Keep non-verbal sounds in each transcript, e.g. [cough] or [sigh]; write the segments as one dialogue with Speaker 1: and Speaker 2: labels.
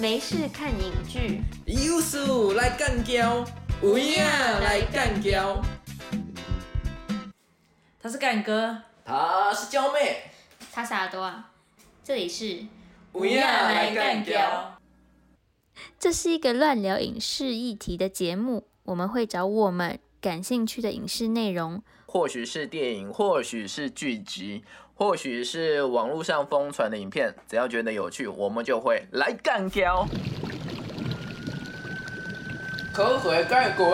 Speaker 1: 没事看影剧，
Speaker 2: 有事来干胶，有影来干胶。
Speaker 3: 他是干哥，
Speaker 2: 她是娇妹，
Speaker 1: 他啥多啊？这里是，
Speaker 2: 有影来干胶。
Speaker 1: 这是一个乱聊影视议题的节目，我们会找我们感兴趣的影视内容。
Speaker 4: 或许是电影，或许是剧集，或许是网络上疯传的影片，只要觉得有趣，我们就会来干掉。
Speaker 2: 口水盖滚。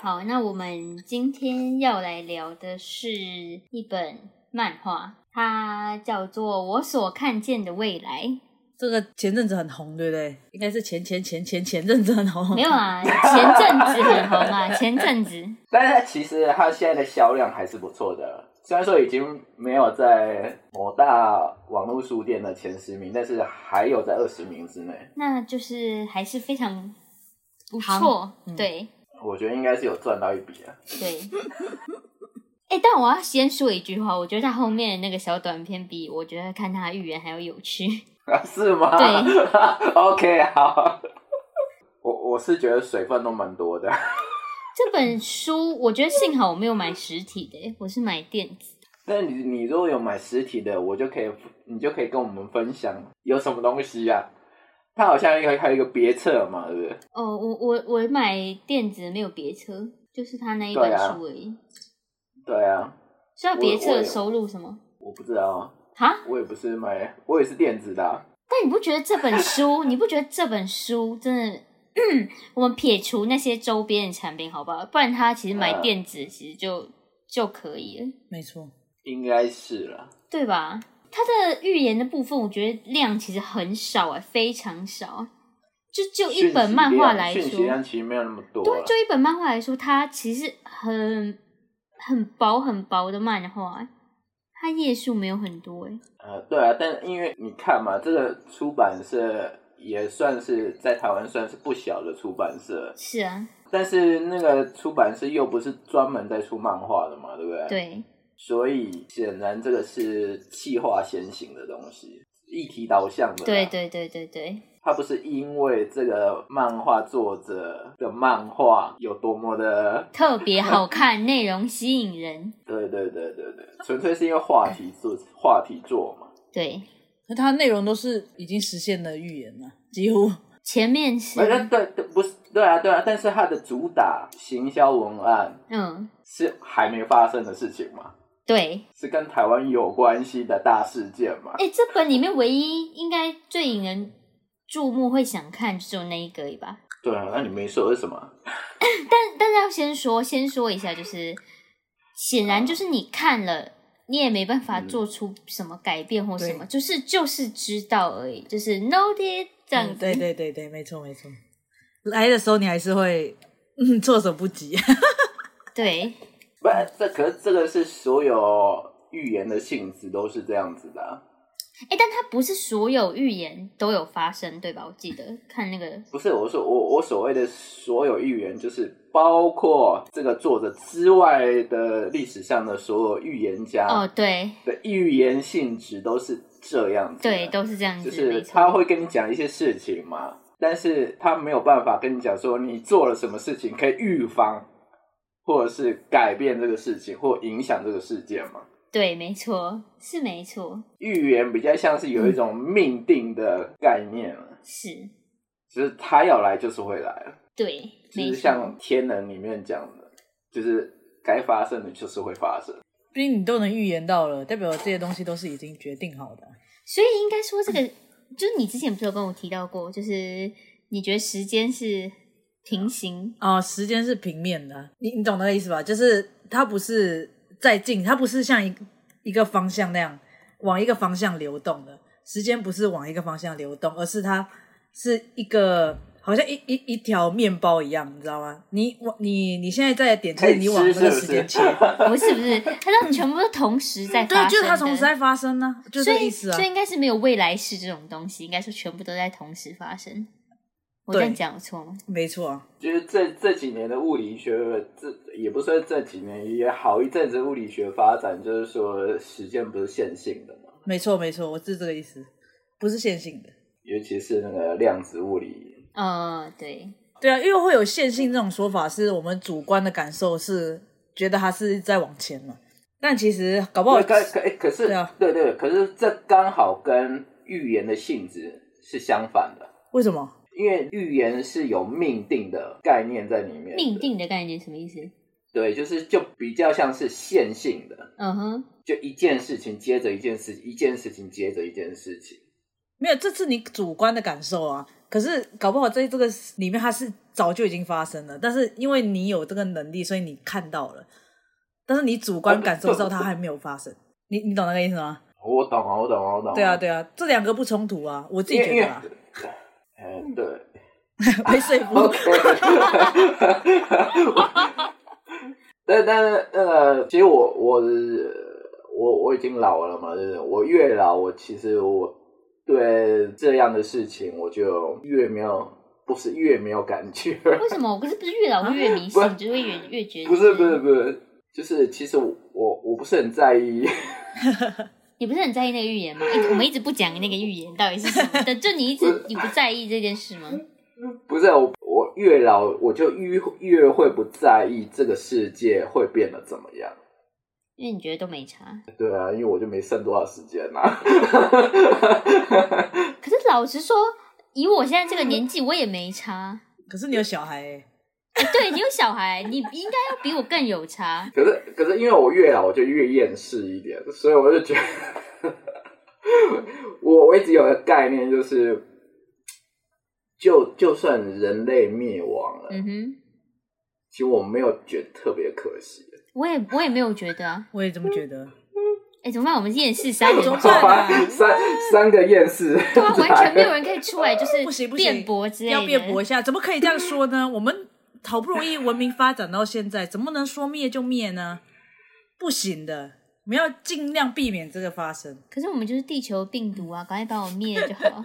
Speaker 1: 好，那我们今天要来聊的是一本漫画，它叫做《我所看见的未来》。
Speaker 3: 这个前阵子很红，对不对？应该是前前前前前阵子很红。
Speaker 1: 没有啊，前阵子很红啊，前阵子。
Speaker 4: 但是其实它现在的销量还是不错的，虽然说已经没有在某大网络书店的前十名，但是还有在二十名之内。
Speaker 1: 那就是还是非常不错，对
Speaker 4: 我觉得应该是有赚到一笔啊。
Speaker 1: 对。哎、但我要先说一句话，我觉得他后面的那个小短片比我觉得看他的预言还要有趣。
Speaker 4: [laughs]
Speaker 1: [laughs]
Speaker 4: 啊，是吗？
Speaker 1: 对
Speaker 4: [laughs] ，OK，好。我我是觉得水分都蛮多的，
Speaker 1: 这本书我觉得幸好我没有买实体的，我是买电子。
Speaker 4: 但你你如果有买实体的，我就可以，你就可以跟我们分享有什么东西啊？它好像一个还有一个别册嘛，对不对？
Speaker 1: 哦，我我我买电子没有别册，就是他那一
Speaker 4: 对
Speaker 1: 本
Speaker 4: 啊
Speaker 1: 书而已。
Speaker 4: 对啊，
Speaker 1: 所以它别
Speaker 4: 我我
Speaker 1: 册
Speaker 4: 有
Speaker 1: 收录什么？
Speaker 4: 我不知道啊，
Speaker 1: 哈？
Speaker 4: 我也不是买，我也是电子的啊、
Speaker 1: 但你不觉得这本
Speaker 4: [laughs]
Speaker 1: 书，你不觉得这本书真的？嗯我们撇除那些周边的产品，好不好？不然他其实买
Speaker 4: 呃
Speaker 1: 电子其实就、就可以了，
Speaker 3: 没错，
Speaker 4: 应该是啦。
Speaker 1: 对吧？它的预言的部分，我觉得量其实很少哎、非常少啊。就就一本漫画来
Speaker 4: 讯息啊量
Speaker 1: 说，
Speaker 4: 其实没有那么多
Speaker 1: 对，
Speaker 4: 啦，
Speaker 1: 就一本漫画来说，它其实很很薄很薄的漫画、欸，它页数没有很多哎、
Speaker 4: 呃，对啊，但因为你看嘛，这个出版社也算是在台湾算是不小的出版社，
Speaker 1: 是啊，
Speaker 4: 但是那个出版社又不是专门在出漫画的嘛，对不对？。 [laughs]
Speaker 1: 对，
Speaker 4: 所以显然这个是气化先行的东西，议题导向的。
Speaker 1: 对。对对对对，
Speaker 4: 它不是因为这个漫画作者的漫画有多么的，
Speaker 1: 特别好看，内容吸引人。
Speaker 4: 对对对对对，纯粹是因为话题作话题作嘛。
Speaker 1: 对，
Speaker 3: 可它内容都是已经实现的预言了，几乎。
Speaker 1: 前面是
Speaker 4: 哎，对对，不是对啊对啊，但是它的主打行销文案
Speaker 1: 嗯，
Speaker 4: 是还没发生的事情嘛，
Speaker 1: 对，
Speaker 4: 是跟台湾有关系的大事件嘛。
Speaker 1: 哎、这本里面唯一应该最引人注目会想看就只有那一个而已吧。
Speaker 4: 对啊，那你没说是什么？
Speaker 1: 但但是要先说，先说一下，就是显然就是你看了。你也没办法
Speaker 4: 嗯
Speaker 1: 做出什么改变或什么，就是就是知道而已，就是 noted 这样子。
Speaker 3: 嗯对对对对，没错没错。来的时候你还是会 [laughs] 嗯措手不及， [laughs]
Speaker 1: 对
Speaker 4: 不，这可是这个是所有预言的性质都是这样子的啊、
Speaker 1: 哎、但它不是所有预言都有发生，对吧？我记得看那个
Speaker 4: 不是我说我我所谓的所有预言，就是包括这个作者之外的历史上的所有预言家
Speaker 1: 哦，对
Speaker 4: 的预言性质都是这样子的，
Speaker 1: 对，都是这样子，
Speaker 4: 啊就是
Speaker 1: 没错
Speaker 4: 他会跟你讲一些事情嘛，但是他没有办法跟你讲说你做了什么事情可以预防，或者是改变这个事情或影响这个事件嘛。
Speaker 1: 对，没错，是没错，
Speaker 4: 预言比较像是有一种命定的概念了，
Speaker 1: 是
Speaker 4: 就是他要来就是会来了，
Speaker 1: 对，
Speaker 4: 就
Speaker 1: 没
Speaker 4: 是
Speaker 1: 错
Speaker 4: 像，《天能》里面讲的，就是该发生的就是会发生。
Speaker 3: 毕竟你都能预言到了，代表这些东西都是已经决定好的。
Speaker 1: 所以应该说这个，就是你之前不是有跟我提到过，就是你觉得时间是平行，
Speaker 3: 哦，时间是平面的，你你懂那个意思吧？就是它不是在进，它不是像一一个方向那样往一个方向流动的，时间不是往一个方向流动，而是它是一个好像一一一条面包一样，你知道吗？你我你你现在在的点就是你往那个时间切，
Speaker 1: [laughs] 不是不
Speaker 3: [laughs]
Speaker 1: 是，它都全部都同时在
Speaker 3: 嗯对啊
Speaker 1: 发生，，
Speaker 3: 就是它同时。在发生呢、就
Speaker 1: 所
Speaker 3: 这个
Speaker 1: 以，
Speaker 3: 意思啊
Speaker 1: 所以。应该是没有未来式这种东西，应该说全部都在同时发生。我
Speaker 3: 对
Speaker 1: 这样讲有错吗？
Speaker 3: 没错啊，
Speaker 4: 就是这这几年的物理学，这也不算这几年，也好一阵子物理学发展，就是说时间不是线性的嘛。
Speaker 3: 没错没错，我是这个意思。不是线性的。
Speaker 4: 尤其是那个量子物理，
Speaker 1: 呃，对，
Speaker 3: 对啊，因为会有线性这种说法，是我们主观的感受是觉得它是在往前嘛，但其实搞不好
Speaker 4: 对，可可诶可是
Speaker 3: 对啊
Speaker 4: 对对，可是这刚好跟预言的性质是相反的，
Speaker 3: 为什么？
Speaker 4: 因为预言是有命定的概念在里面，
Speaker 1: 命定的概念什么意思？
Speaker 4: 对，就是就比较像是线性的，
Speaker 1: 嗯哼，
Speaker 4: 就一件事情接着一件事，一件事情接着一件事情。
Speaker 3: 没有，这是你主观的感受啊。可是搞不好在这个里面，它是早就已经发生了，但是因为你有这个能力，所以你看到了，但是你主观感受到它还没有发生。你你懂那个意思吗？
Speaker 4: 我懂啊，我懂啊，我懂、
Speaker 3: 对啊，，对啊，这两个不冲突啊，我自己
Speaker 4: 因为因啊
Speaker 3: 觉
Speaker 4: 为
Speaker 3: 得啊，，
Speaker 4: 呃，对
Speaker 3: [laughs] 被说服。
Speaker 4: [laughs] ，OK，我 [laughs] 但但是那个，其实我我我我已经老了嘛，就是我越老，我其实我对这样的事情我就越没有，不是越没有感觉。 [laughs]
Speaker 1: 为什么？我可是不是越老会越迷信，
Speaker 4: 不是
Speaker 1: 就是会越越觉得
Speaker 4: 不是不是，不是，就是其实我我我不是很在意。 [laughs]
Speaker 1: 你不是很在意那个预言吗？一直我们一直不讲那个预言到底是什么的，就你一直你不在意这件事吗？
Speaker 4: 不是我，我越老我就越越会不在意这个世界会变得怎么样。
Speaker 1: 因为你觉得都没差。
Speaker 4: 对啊，因为我就没剩多少时间啊啦、
Speaker 1: 可是老实说，以我现在这个年纪，我也没差。哎
Speaker 3: 可是你有小孩、欸，
Speaker 1: 对你有小孩，你应该要比我更有差。
Speaker 4: [laughs] 可是可是因为我越老我就越厌世一点，所以我就觉得 [laughs] 我我一直有个概念就是，就就算人类灭亡了，
Speaker 1: 嗯哼，
Speaker 4: 其实我没有觉得特别可惜。
Speaker 1: 我也我也没有觉得啊。
Speaker 3: 我也这么觉得。
Speaker 1: 哎，怎么办？我们厌世三人
Speaker 3: 总
Speaker 1: 组，
Speaker 3: 算
Speaker 1: 对
Speaker 4: 哇
Speaker 3: 啊
Speaker 4: [laughs] 三三个厌世， [laughs]
Speaker 1: 啊，完全没有人可以出来，就是
Speaker 3: 不行不行，
Speaker 1: 辩驳之类的。
Speaker 3: 要辩驳一下，怎么可以这样说呢？我们好不容易文明发展到现在，怎么能说灭就灭呢？不行的，我们要尽量避免这个发生。
Speaker 1: 可是我们就是地球病毒啊，赶快把我灭就好。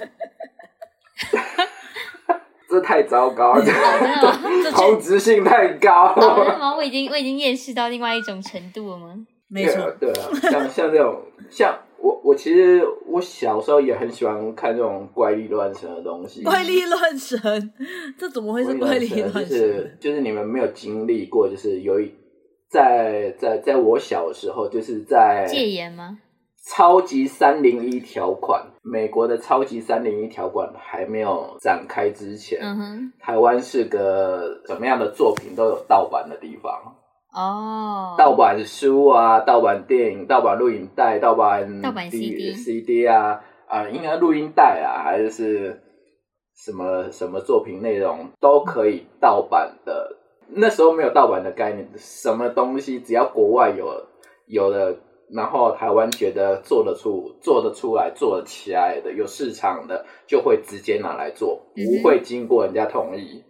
Speaker 4: 这太糟糕了。
Speaker 1: [laughs] 真的吗？
Speaker 4: [laughs]
Speaker 3: 这
Speaker 4: 同
Speaker 3: 确
Speaker 4: 质性太高。
Speaker 1: 哦真的吗？我已经我已经厌世到另外一种程度了吗？
Speaker 3: 没错，
Speaker 4: 对啊，像像这种，像我我其实我小时候也很喜欢看这种怪力乱神的东西。
Speaker 3: 怪力乱神，这怎么会是怪力
Speaker 4: 就
Speaker 3: 乱
Speaker 4: 是
Speaker 3: 神？
Speaker 4: 就是你们没有经历过，就是有一在在在我小时候，就是在
Speaker 1: 戒严吗？
Speaker 4: 超级三零一条款，美国的超级三零一条款还没有展开之前，
Speaker 1: 嗯哼，
Speaker 4: 台湾是个什么样的作品都有盗版的地方。
Speaker 1: 哦，
Speaker 4: 盗版书啊，盗版电影、盗版录影带、盗版
Speaker 1: 盗版 CD
Speaker 4: CD 啊啊，应该录音带啊，还是什么什么作品内容都可以盗版的。那时候没有盗版的概念，什么东西只要国外有有的，然后台湾觉得做得出、做得出来、做得起来的、有市场的，就会直接拿来做，
Speaker 1: 嗯
Speaker 4: 不
Speaker 1: 哼
Speaker 4: 会经过人家同意。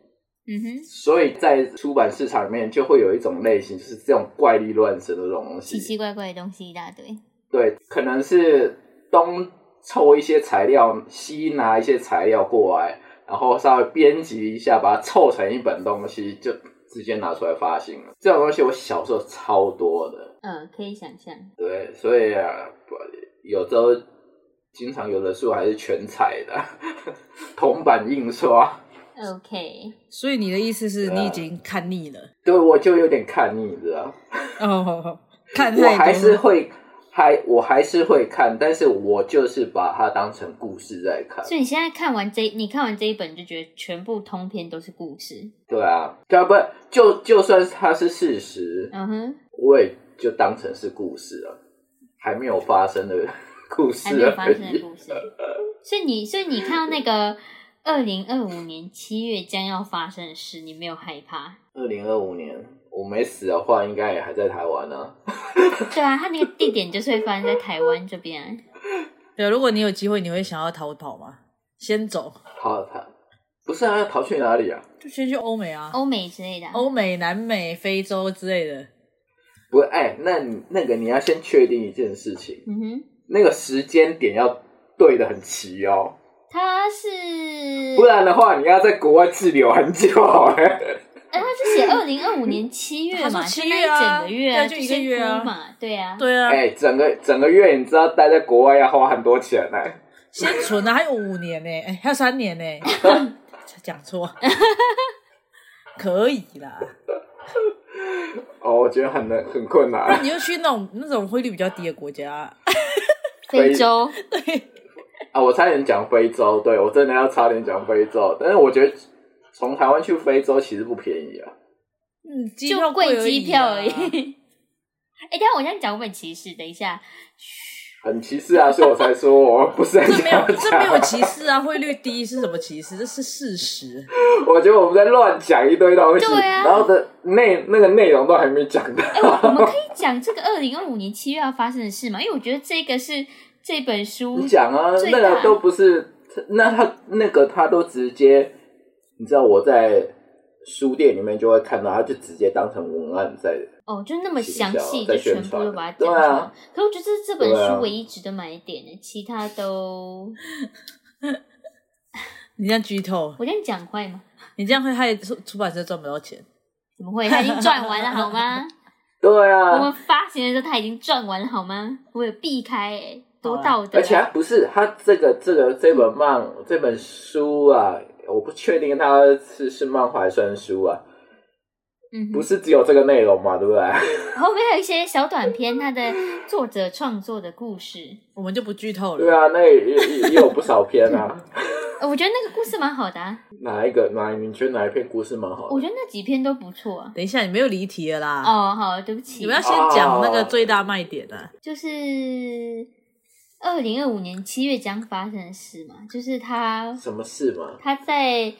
Speaker 1: 嗯哼，
Speaker 4: 所以在出版市场里面就会有一种类型，就是这种怪力乱神的这种东
Speaker 1: 奇
Speaker 4: 西。
Speaker 1: 奇怪怪的东西一大堆。
Speaker 4: 对，可能是东凑一些材料，西拿一些材料过来，然后稍微编辑一下，把它凑成一本东西，就直接拿出来发行了。这种东西我小时候超多的，
Speaker 1: 嗯，可以想象。
Speaker 4: 对，所以、啊、不有时候经常有的书还是全彩的， [laughs] 铜版印刷。
Speaker 1: OK，
Speaker 3: 所以你的意思是
Speaker 4: 对啊
Speaker 3: 你已经看
Speaker 4: [laughs]
Speaker 3: 腻了？
Speaker 4: 对，我就有点看腻，你知道。
Speaker 3: 哦，看
Speaker 4: 我
Speaker 3: 太
Speaker 4: 还
Speaker 3: 多
Speaker 4: 是
Speaker 3: 了。
Speaker 4: 会，还我还是会看，但是我就是把它当成故事在看。
Speaker 1: 所以你现在看完这，你看完这一本就觉得全部通篇都是故事。
Speaker 4: 对啊，对啊，不就就算它是事实，
Speaker 1: 嗯哼，
Speaker 4: 我也就当成是故事了，还没有发生的 [laughs] 故
Speaker 1: 还没有
Speaker 4: 事
Speaker 1: 发
Speaker 4: 而
Speaker 1: 生的
Speaker 4: 已。
Speaker 1: 故事。所以你，所以你看到那个二零二五年七月将要发生的事，你没有害怕？
Speaker 4: 二零二五年我没死的话，应该也还在台湾呢、啊。
Speaker 1: 对啊，它那个地点就是会发生在台湾这边啊。
Speaker 3: 对，如果你有机会，你会想要逃跑吗？先走，
Speaker 4: 好，他不是啊，要逃去哪里啊？
Speaker 3: 就先去欧美啊，
Speaker 1: 欧美之类的啊、
Speaker 3: 欧美、南美、非洲之类的。
Speaker 4: 不是，哎、那你那个你要先确定一件事情，
Speaker 1: 嗯哼，
Speaker 4: 那个时间点要对的很齐哦。
Speaker 1: 它是
Speaker 4: 不，然的话，你要在国外滞留很久、欸。
Speaker 1: 哎、它是写二零二五年七月嘛，
Speaker 3: 它是
Speaker 1: 就
Speaker 3: 7
Speaker 1: 那一
Speaker 3: 月啊
Speaker 1: 整个月
Speaker 3: 对就一个
Speaker 1: 先估
Speaker 3: 月啊
Speaker 1: 嘛，对啊，
Speaker 3: 对啊，
Speaker 4: 哎、整个整个月，你知道待在国外要花很多钱呢、
Speaker 3: 先存了还有五年呢、哎、还有三年呢、
Speaker 4: [laughs]
Speaker 3: 讲错，可以啦。
Speaker 4: 哦，我觉得很难，很困难。
Speaker 3: 你就去那种那种汇率比较低的国家，
Speaker 1: 非洲
Speaker 4: 啊，我差点讲非洲，对我真的要差点讲非洲，但是我觉得从台湾去非洲其实不便宜啊。
Speaker 3: 嗯，机票
Speaker 1: 就贵
Speaker 3: 而已
Speaker 1: 机票而已。 [laughs]
Speaker 3: 啊。
Speaker 1: 哎、等一下我这样讲我很歧视，等一下，
Speaker 4: 很歧视啊，所以我才说我不是很
Speaker 3: 这没有
Speaker 4: 想
Speaker 3: 这没有
Speaker 4: 讲。
Speaker 3: 歧视啊，汇率低是什么歧视？这是事实。
Speaker 4: 我觉得我们在乱讲一堆东西，
Speaker 1: 对啊
Speaker 4: 然后的内那个内容都还没讲到。
Speaker 1: 哎、我我们可以讲这个二零二五年七月要发生的事吗？因为我觉得这个是这本书
Speaker 4: 你讲啊，
Speaker 1: 最大
Speaker 4: 那个都不是，那他那个他都直接，你知道我在书店里面就会看到，他就直接当成文案在。
Speaker 1: 哦，就那么详细，
Speaker 4: 在
Speaker 1: 就
Speaker 4: 宣
Speaker 1: 全
Speaker 4: 传
Speaker 1: 部都把它讲出
Speaker 4: 对
Speaker 1: 来
Speaker 4: 啊。
Speaker 1: 可我觉得这是这本
Speaker 4: 对啊
Speaker 1: 书唯一值得买一点的，其他都
Speaker 3: 你这样剧透，
Speaker 1: 我这样讲坏吗？
Speaker 3: 你这样会害出出版社赚不到钱。
Speaker 1: 怎么会？他已经赚完了好吗？
Speaker 4: 对
Speaker 1: 我
Speaker 4: [laughs] 啊
Speaker 1: 们，发行的时候他已经赚完了好吗？我有避开、欸，多
Speaker 3: 好啊
Speaker 1: 道德、
Speaker 4: 而且他不是他这个这个这本漫这本书啊，我不确定它是是漫画还是算书啊，
Speaker 1: 嗯哼，
Speaker 4: 不是只有这个内容嘛，对不对？
Speaker 1: 后面还有一些小短篇，它的作者创作的故事，
Speaker 3: 我们就不剧透了。
Speaker 4: 对啊，那也也也也有不少篇啊。 [laughs]
Speaker 1: 呃我觉得那个故事蛮好的、啊，
Speaker 4: 哪一个哪一？你觉得哪一篇故事蛮好的？
Speaker 1: 我觉得那几篇都不错、啊。
Speaker 3: 等一下，你没有离题了啦。
Speaker 1: 哦，好，对不
Speaker 3: 你
Speaker 1: 起
Speaker 3: 们，要先讲那个最大卖点啊。
Speaker 1: 就是二零二五年七月将发生的事嘛，就是他
Speaker 4: 什么事嘛？
Speaker 1: 他在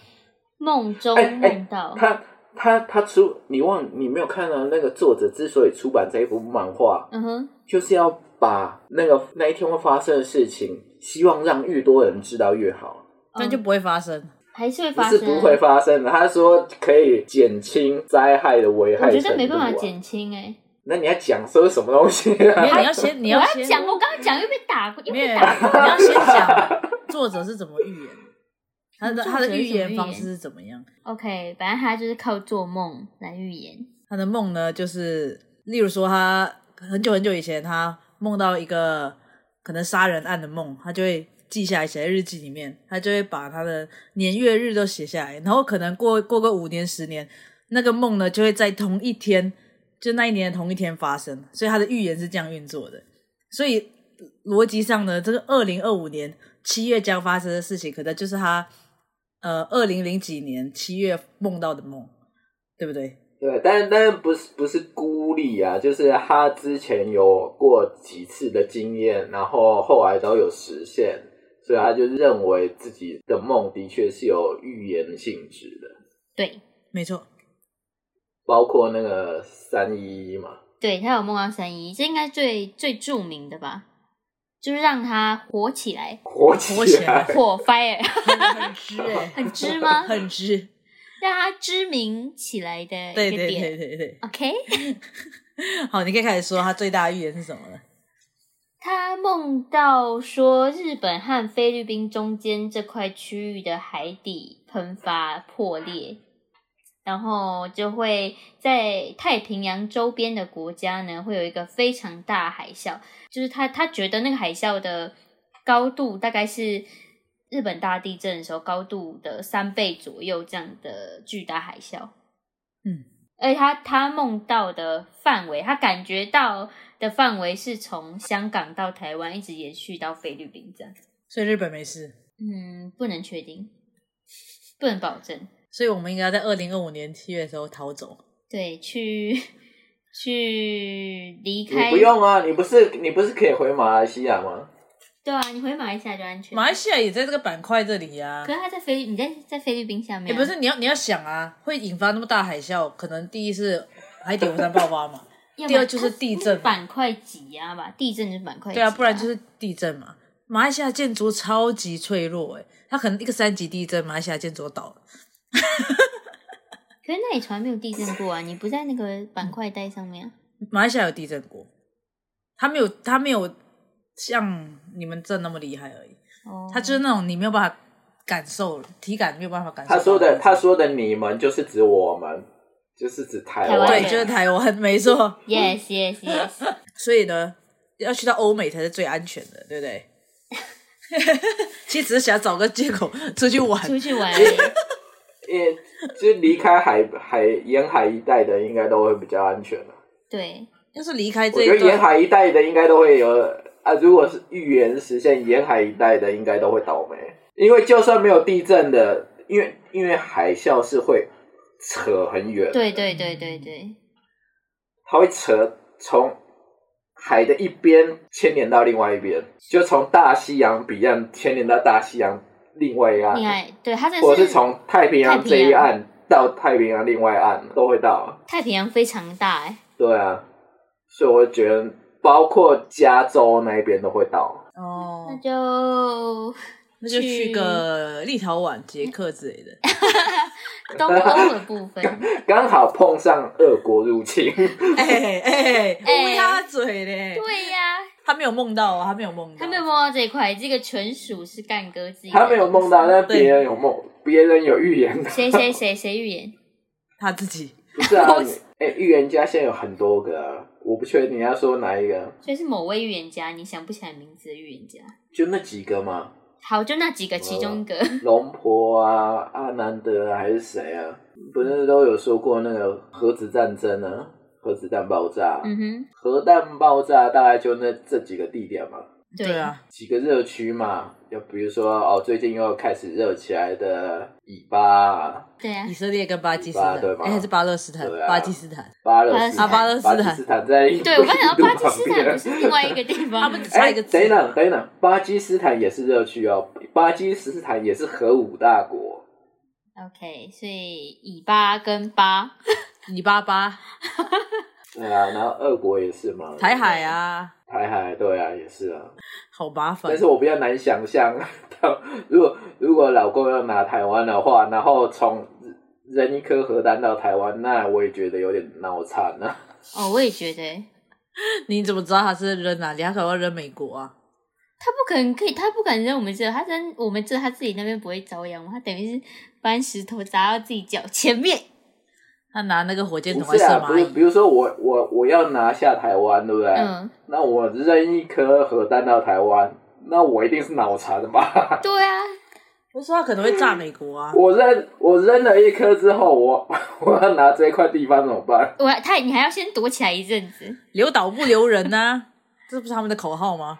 Speaker 1: 梦中
Speaker 4: 哎哎
Speaker 1: 梦到，
Speaker 4: 他他他出你忘你没有看到那个作者之所以出版这一部漫画，
Speaker 1: 嗯哼，
Speaker 4: 就是要把那个那一天会发生的事情，希望让越多人知道越好。
Speaker 3: 那就不会发生。
Speaker 1: 嗯还是会
Speaker 4: 不
Speaker 1: 发
Speaker 4: 是
Speaker 1: 生，啊
Speaker 4: 不会发生的，他说可以减轻灾害的危害
Speaker 1: 我
Speaker 4: 程
Speaker 1: 觉
Speaker 4: 度、啊。
Speaker 1: 得没办法。减轻哎、
Speaker 4: 那你还讲说什么东
Speaker 1: [laughs]
Speaker 4: 西
Speaker 3: 没有，
Speaker 4: 啊？
Speaker 3: 你要先，你
Speaker 1: 我
Speaker 3: 先
Speaker 1: 要，讲，我刚刚讲又被打过，又
Speaker 3: 没
Speaker 1: 被
Speaker 3: 有，你啊
Speaker 1: 打过。
Speaker 3: 要先讲作者是怎么预言，他的
Speaker 1: 嗯作者
Speaker 3: 他的
Speaker 1: 是怎么
Speaker 3: 预
Speaker 1: 预
Speaker 3: 言
Speaker 1: 言
Speaker 3: 方式是怎么样？
Speaker 1: OK，反正他就是靠做梦来预言。
Speaker 3: 他的梦呢，就是例如说，他很久很久以前，他梦到一个可能杀人案的梦，他就会记下来，写在日记里面，他就会把他的年月日都写下来，然后可能过过个五年十年，那个梦呢就会在同一天，就那一年的同一天发生，所以他的预言是这样运作的。所以逻辑上呢，这个二零二五年七月将发生的事情，可能就是他呃二零零几年七月梦到的梦，对不对？
Speaker 4: 对，但但是不是不是孤立啊，就是他之前有过几次的经验，然后后来都有实现，所以他就认为自己的梦的确是有预言性质的，
Speaker 1: 对
Speaker 3: 没错。
Speaker 4: 包括那个三一一嘛，
Speaker 1: 对，他有梦到三一，这应该最最著名的吧，就是让他火起来，
Speaker 4: 火起
Speaker 3: 火起来
Speaker 1: 火
Speaker 3: [laughs]
Speaker 1: fire，
Speaker 3: 很知哎、
Speaker 1: 很知吗？
Speaker 3: 很知，
Speaker 1: 让他知名起来的一个
Speaker 3: 对
Speaker 1: 点。
Speaker 3: 对对对对。
Speaker 1: OK，
Speaker 3: 好，你可以开始说他最大的预言是什么了。
Speaker 1: 他梦到说日本和菲律宾中间这块区域的海底喷发破裂，然后就会在太平洋周边的国家呢，会有一个非常大的海啸。就是他他觉得那个海啸的高度大概是日本大地震的时候高度的三倍左右这样的巨大海啸。
Speaker 3: 嗯，
Speaker 1: 而且他他梦到的范围，他感觉到的范围是从香港到台湾，一直延续到菲律宾这样。
Speaker 3: 所以日本没事，
Speaker 1: 嗯，不能确定，不能保证。
Speaker 3: 所以我们应该在二零二五年七月的时候逃走。
Speaker 1: 对，去去离
Speaker 4: [laughs] 你
Speaker 1: 开，
Speaker 4: 不用啊，你不是你不是可以回马来西亚吗？
Speaker 1: 对啊，你回马来西亚就安全。
Speaker 3: 马来西亚也在这个板块这里呀、啊
Speaker 1: 可。是他在菲律，你在在菲律宾下面、
Speaker 3: 也、不是，你要你要想啊，会引发那么大海啸，可能第一是海底火山爆发嘛，
Speaker 1: 要
Speaker 3: 第二
Speaker 1: 么
Speaker 3: 就是
Speaker 1: 它
Speaker 3: 地震嘛
Speaker 1: 板块挤压吧，地震就是板块挤
Speaker 3: [laughs] 对
Speaker 1: 压、
Speaker 3: 啊，不然就是地震嘛。马来西亚建筑超级脆弱、欸，它可能一个三级地震，马来西亚建筑都倒了。
Speaker 1: 可是那里从来没有地震过啊！你不在那个板块带上面、啊，
Speaker 3: 马来西亚有地震过，它没有，它没有像你们这那么厉害而已。
Speaker 1: 哦，
Speaker 3: 它就是那种你没有办法感受，体感没有办法感受
Speaker 4: 他
Speaker 3: 到。
Speaker 4: 说的他说的你们就是指我们，就是指台
Speaker 1: 台湾
Speaker 4: 湾。
Speaker 3: 对，
Speaker 1: 人
Speaker 3: 就是台湾，没错。
Speaker 1: yes
Speaker 3: [laughs]
Speaker 1: yes yes，
Speaker 3: 所以呢，要去到欧美才是最安全的，对不对？ [laughs] 其实只是想找个借口出去玩。
Speaker 1: 出去
Speaker 3: [laughs]
Speaker 1: 玩而已。
Speaker 4: 因为就是离开海海沿海一带的，应该都会比较安全啊了。
Speaker 1: 对，
Speaker 3: 要是离开
Speaker 4: 我觉
Speaker 3: 这一
Speaker 4: 得沿
Speaker 3: 段，
Speaker 4: 海一带的应该都会有啊，如果是预言实现，沿海一带的应该都会倒霉，因为就算没有地震的，因为因为海啸是会扯很远，
Speaker 1: 对对对对对，
Speaker 4: 它会扯从海的一边牵连到另外一边，就从大西洋彼岸牵连到大西洋另外一岸，
Speaker 1: 另外，对他这
Speaker 4: 或者
Speaker 1: 是
Speaker 4: 是从太平洋这一
Speaker 1: 太平洋
Speaker 4: 岸到太平洋另外一岸都会到。
Speaker 1: 太平洋非常大哎，
Speaker 4: 对啊，所以我觉得包括加州那边都会到。
Speaker 1: 那
Speaker 3: 哦，
Speaker 4: [laughs]
Speaker 1: 就
Speaker 3: 那就去
Speaker 1: 去
Speaker 3: 个立陶宛、捷克之
Speaker 1: [laughs]
Speaker 3: 类的。
Speaker 1: 东欧的部分，
Speaker 4: 刚好碰上俄国入侵，
Speaker 3: 哎哎，
Speaker 1: 哎
Speaker 3: 乌鸦嘴嘞！
Speaker 1: 对呀、
Speaker 3: 他没有梦到啊，他没有梦到，
Speaker 1: 他没有。梦到这一块，这个纯属是干哥自己。
Speaker 4: 他没有梦到，但别人有梦，别人有预言的。
Speaker 1: 谁
Speaker 4: [laughs]
Speaker 1: 谁谁谁预言？
Speaker 3: 他自己
Speaker 4: 不是啊
Speaker 1: 我，
Speaker 4: 哎、预言家现在有很多个啊，我不确定你要说哪一个，
Speaker 1: 所以是某位预言家，你想不起来名字的预言家。
Speaker 4: 就那几个嘛，
Speaker 1: 好，就那几个其中一个，
Speaker 4: 龙婆啊、阿南德啊，还是谁啊？不是都有说过那个核子战争啊，核子弹爆炸啊，
Speaker 1: 嗯哼，
Speaker 4: 核弹爆炸大概就那这几个地点嘛。
Speaker 1: 对
Speaker 3: 对啊，
Speaker 4: 几个热区嘛，就比如说哦，最近又开始热起来的以巴、
Speaker 1: 对啊
Speaker 3: 以，色列跟巴基斯坦，
Speaker 4: 对吧
Speaker 3: 哎，还是巴勒斯坦
Speaker 4: 对，啊
Speaker 3: 巴基斯坦，
Speaker 4: 巴勒斯坦、
Speaker 1: 巴
Speaker 3: 啊勒斯
Speaker 4: 巴
Speaker 3: 坦
Speaker 4: 基斯坦在印度
Speaker 1: 对我刚想到巴
Speaker 4: 印度
Speaker 1: 基
Speaker 4: 旁
Speaker 1: 斯
Speaker 4: 边
Speaker 1: 坦不是另外一个地
Speaker 3: 他
Speaker 1: 方吗
Speaker 3: 们？只差
Speaker 4: 哎，
Speaker 3: 一个字
Speaker 4: 等。一等，等一等，巴基斯坦也是热区哦，巴基斯坦也是核武大国，
Speaker 1: OK，所以以巴跟巴，
Speaker 3: 以巴巴、
Speaker 4: 对啊，然后俄国也是嘛，
Speaker 3: 台海，啊，
Speaker 4: 台海对啊，也是啊，
Speaker 3: 好麻烦
Speaker 4: 但。是我比较难想象， [laughs] 如果如果老公要拿台湾的话，然后从扔一颗核弹到台湾，那我也觉得有点脑残啊。
Speaker 1: 哦，我也觉得欸
Speaker 3: 你怎么知道他是扔哪里？他可能要扔美国啊。
Speaker 1: 他不可能可以，他不敢扔我们这，他扔我们这，他自己那边不会遭殃吗？他等于是搬石头砸到自己脚前面。
Speaker 3: 他拿那个火箭筒
Speaker 4: 不
Speaker 3: 来
Speaker 4: 是
Speaker 3: 射
Speaker 4: 啊，不
Speaker 3: 蚂
Speaker 4: 是，比
Speaker 3: 蚁，
Speaker 4: 如说我我我要拿下台湾，对不对？
Speaker 1: 嗯，
Speaker 4: 那我扔一颗核弹到台湾，那我一定是脑残的吧？ [laughs]
Speaker 1: 对啊，
Speaker 3: 不是说他可能会炸美国啊。
Speaker 4: 我扔我扔了一颗之后，我 [laughs] 我要拿这块地方怎么办？
Speaker 1: 我他你还要先躲起来一阵子。
Speaker 3: 留岛不留人呐、这不是他们的口号吗？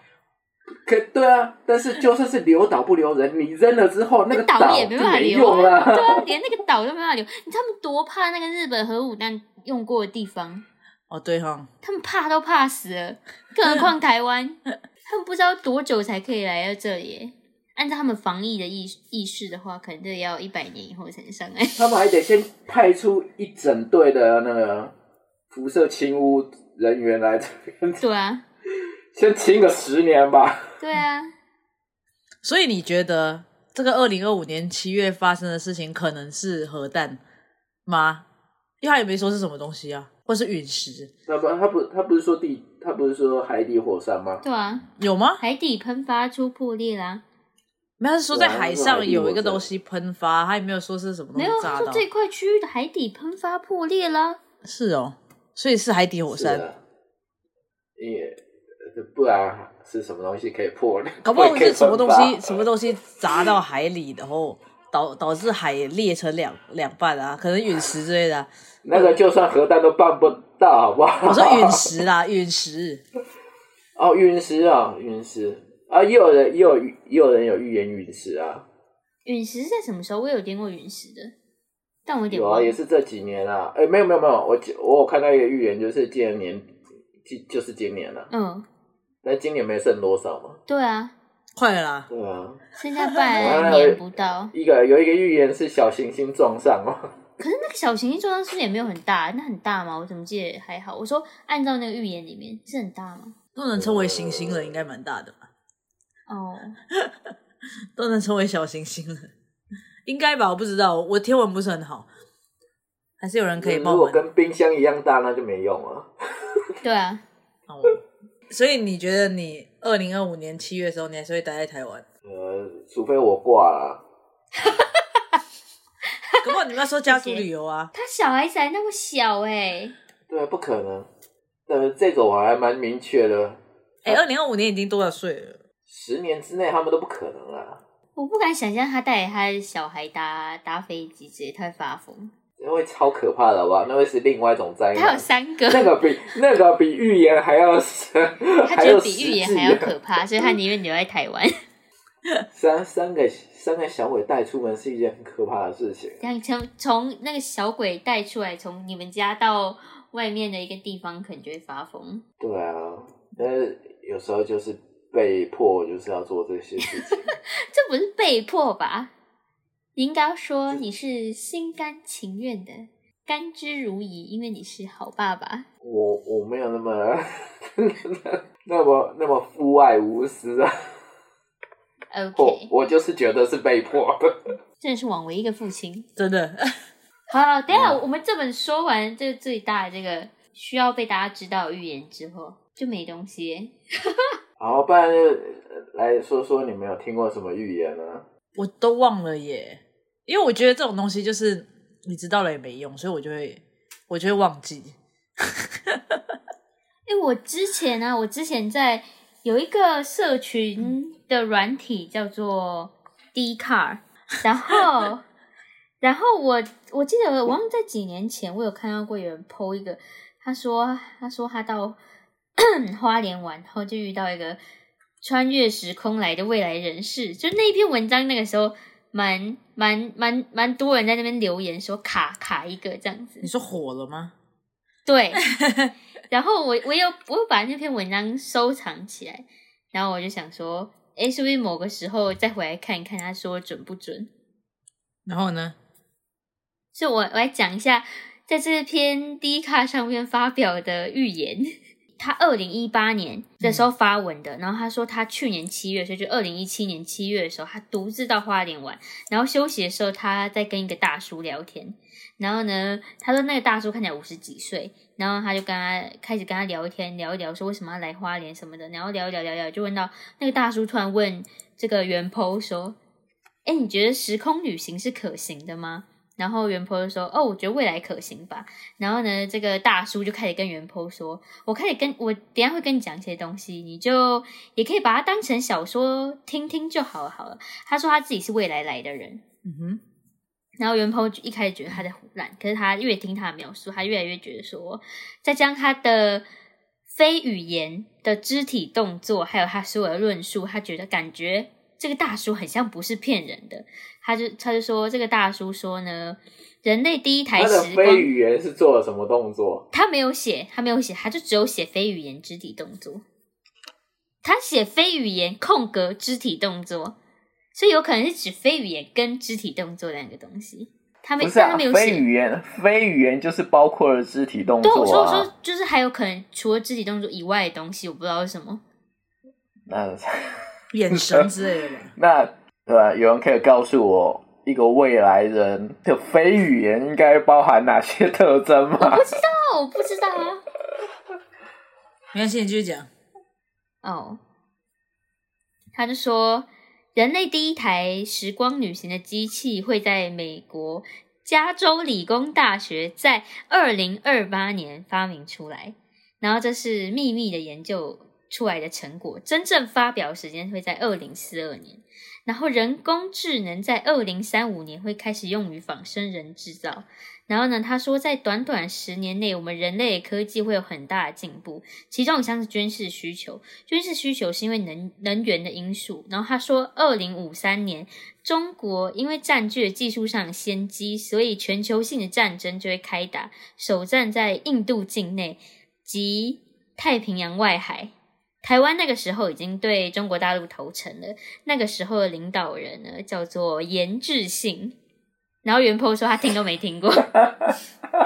Speaker 4: 可对啊，但是就算是留岛不留人，你扔了之后，那个
Speaker 1: 岛也
Speaker 4: 就
Speaker 1: 没办法
Speaker 4: 没
Speaker 1: 留
Speaker 4: 用
Speaker 1: 啊，
Speaker 4: 啦。
Speaker 1: 对啊，连那个岛都没办法留。你知道他们多怕那个日本核武弹用过的地方，
Speaker 3: 哦，对哈，
Speaker 1: 他们怕都怕死了，更何况台湾，他们不知道多久才可以来到这里耶。按照他们防疫的意意识的话，可能得要一百年以后才能上来。
Speaker 4: [laughs] 他们还得先派出一整队的那个辐射清污人员来这边，
Speaker 1: 对啊，
Speaker 4: 先清个十年吧。
Speaker 1: 对啊，
Speaker 3: 所以你觉得这个二零二五年七月发生的事情可能是核弹吗？因为他也没说是什么东西啊，或是陨石，
Speaker 4: 那不，他不，他不是说地，他不是说海底火山吗？
Speaker 1: 对啊，
Speaker 3: 有吗？
Speaker 1: 海底喷发出破裂啦，
Speaker 3: 没有，他是说在
Speaker 4: 对啊
Speaker 3: 海
Speaker 4: 那是海
Speaker 3: 上
Speaker 4: 底
Speaker 3: 有一
Speaker 4: 火
Speaker 3: 个
Speaker 4: 山
Speaker 3: 东西喷发，他也没有说是什么东
Speaker 1: 没
Speaker 3: 西
Speaker 1: 有，他
Speaker 3: 炸
Speaker 1: 说
Speaker 3: 到。
Speaker 1: 这块区域的海底喷发破裂啦。
Speaker 3: 是哦，所以是海底火
Speaker 4: 是啊
Speaker 3: 山，
Speaker 4: 的，也呃不然是什么东西可以破裂？
Speaker 3: 搞不好
Speaker 4: [laughs] 可以
Speaker 3: 是什么
Speaker 4: 喷
Speaker 3: 东
Speaker 4: 发
Speaker 3: 西，什么东西砸到海里，然后导导致海裂成两两半啊，可能陨石之
Speaker 4: [laughs]
Speaker 3: 类的啊、
Speaker 4: 那个就算核弹都办不到，好不好？
Speaker 3: 我说陨石啊啦，陨石，
Speaker 4: [laughs] 哦，陨石啊，陨石啊，也有人也有也有人有预言陨石啊，
Speaker 1: 陨石是在什么时候？我有听过陨石的，但我有点
Speaker 4: 有
Speaker 1: 忘
Speaker 4: 啊，
Speaker 1: 了。
Speaker 4: 也是这几年啊。哎，没有没有没有，我记我有看到一个预言，就是今年年今就是今年了、啊，
Speaker 1: 嗯，
Speaker 4: 但今年没剩多少嘛。
Speaker 1: 对啊，
Speaker 3: 快了啦，
Speaker 4: 对啊，。
Speaker 1: 剩下
Speaker 3: [laughs]
Speaker 1: 半年不到
Speaker 4: 一个有一个预言是小行星撞上哦。
Speaker 1: 可是那个小行星撞上是不是也没有很大？那很大吗？我怎么记得还好？我说按照那个预言里面是很大吗？
Speaker 3: 都能称为行星了，应该蛮大的吧？
Speaker 1: 哦，
Speaker 3: 都能称为小行星了， [laughs] 应该吧？我不知道，我天文不是很好，还是有人可
Speaker 4: [laughs]
Speaker 3: 以帮
Speaker 4: 如
Speaker 3: 我
Speaker 4: 果
Speaker 3: 们。
Speaker 4: 跟冰箱一样大，那就没用了。
Speaker 1: 对啊，
Speaker 3: 哦所以你觉得你二零二五年七月的时候，你还是会待在台湾？
Speaker 4: 呃，除非我挂了，啊
Speaker 3: 可不好你们要说家族旅游啊，
Speaker 1: 他小孩子还那么小哎、
Speaker 4: 对，啊不可能。呃，这个我还蛮明确的。
Speaker 3: 哎，二零二五年已经多少岁了？
Speaker 4: 十年之内他们都不可能啊。
Speaker 1: 我不敢想象他带着他的小孩搭搭飞机，直接太发疯。
Speaker 4: 那会超可怕的，好不好？那会是另外一种灾
Speaker 1: 他有
Speaker 4: 难。
Speaker 1: 三个，
Speaker 4: 那个比那个比预言还要深，
Speaker 1: 他
Speaker 4: 还
Speaker 1: 觉
Speaker 4: 要
Speaker 1: 得
Speaker 4: 啊
Speaker 1: 比预言还要可怕，所以他宁愿留在台湾， [laughs]
Speaker 4: 三三个三个小鬼带出门是一件很可怕的事情。
Speaker 1: 这样从从那个小鬼带出来，从你们家到外面的一个地方，可能就会发疯。
Speaker 4: 对啊，但是有时候就是被迫就是要做这
Speaker 1: [laughs]
Speaker 4: 些事情。
Speaker 1: 这不是被迫吧？你应该说你是心甘情愿的，甘之如饴，因为你是好爸爸。
Speaker 4: 我我没有那么 [laughs] 那么那么父爱无私啊，我
Speaker 1: OK，
Speaker 4: 我就是觉得是被迫的。
Speaker 1: 真的是枉为一个父亲。
Speaker 3: 真的
Speaker 1: 好了，等一下、我们这本说完这个最大的这个需要被大家知道的预言之后，就没东西耶。
Speaker 4: 好，不然就呃来说说你们有听过什么预言呢、
Speaker 3: 我都忘了耶，因为我觉得这种东西就是你知道了也没用，所以我就会我就会忘记。
Speaker 1: 哎、我之前啊，我之前在有一个社群的软体叫做 D Car，然后，然后我我记得我忘了在几年前，我有看到过有人 PO 一个，他说他说他到 [coughs] 花莲玩，然后就遇到一个穿越时空来的未来人士，就那一篇文章那个时候。蛮蛮蛮蛮多人在那边留言说卡卡一个这样子，
Speaker 3: 你说火了吗？
Speaker 1: 对，然后我我有我有把那篇文章收藏起来，然后我就想说，诶，是不是某个时候再回来看一看，他说准不准？
Speaker 3: 然后呢？
Speaker 1: 所以我我来讲一下，在这篇 D 卡上面发表的预言。他二零一八年的时候发文的，然后他说他去年七月，所以就二零一七年七月的时候，他独自到花莲玩，然后休息的时候他在跟一个大叔聊天，然后呢，他说那个大叔看起来五十几岁，然后他就跟他开始跟他聊天，聊一聊说为什么要来花莲什么的，然后聊一聊聊一聊，就问到那个大叔突然问这个袁剖说：“哎，你觉得时空旅行是可行的吗？”然后袁坡就说：“哦，我觉得未来可行吧。”然后呢，这个大叔就开始跟袁坡说：“我开始跟我等一下会跟你讲一些东西，你就也可以把它当成小说听听就好了。”好了，他说他自己是未来来的人，
Speaker 3: 嗯哼，
Speaker 1: 然后袁鹏一开始觉得他在胡乱，可是他越听他的描述，他越来越觉得说，再加上他的非语言的肢体动作，还有他所有的论述，他觉得感觉这个大叔很像不是骗人的。他就他就说，这个大叔说呢，人类第一台
Speaker 4: 他的
Speaker 1: 时
Speaker 4: 非
Speaker 1: 光，
Speaker 4: 语言是做了什么动作？
Speaker 1: 他没有写，他没有写，他就只有写非语言肢体动作。他写非语言空格肢体动作，所以有可能是指非语言跟肢体动作两个东西。他没，
Speaker 4: 不是
Speaker 1: 但
Speaker 4: 啊
Speaker 1: 他没有，
Speaker 4: 非
Speaker 1: 写。
Speaker 4: 语言，非语言就是包括了肢体动
Speaker 1: 对，我说
Speaker 4: 作
Speaker 1: 我
Speaker 4: 啊
Speaker 1: 说。就是还有可能除了肢体动作以外的东西，我不知道是什么。
Speaker 4: 那 [laughs]
Speaker 3: 眼神之类的 [laughs] 吧。
Speaker 4: 那对吧？有人可以告诉我，一个未来人的非语言应该包含哪些特征吗？
Speaker 1: 哦，我不知道啊。
Speaker 3: 没关系，你继续讲。
Speaker 1: 哦，他就说，人类第一台时光旅行的机器会在美国加州理工大学在二零二八年发明出来，然后这是秘密的研究出来的成果，真正发表时间会在二零四二年。然后人工智能在二零三五年会开始用于仿生人制造。然后呢，他说在短短十年内，我们人类的科技会有很大的进步，其中像是军事需求。军事需求是因为能能源的因素。然后他说，二零五三年中国因为占据了技术上的先机，所以全球性的战争就会开打，首战在印度境内及太平洋外海。台湾那个时候已经对中国大陆投诚了，那个时候的领导人呢叫做严志信，然后袁坡说他听都没听过， [laughs] 然后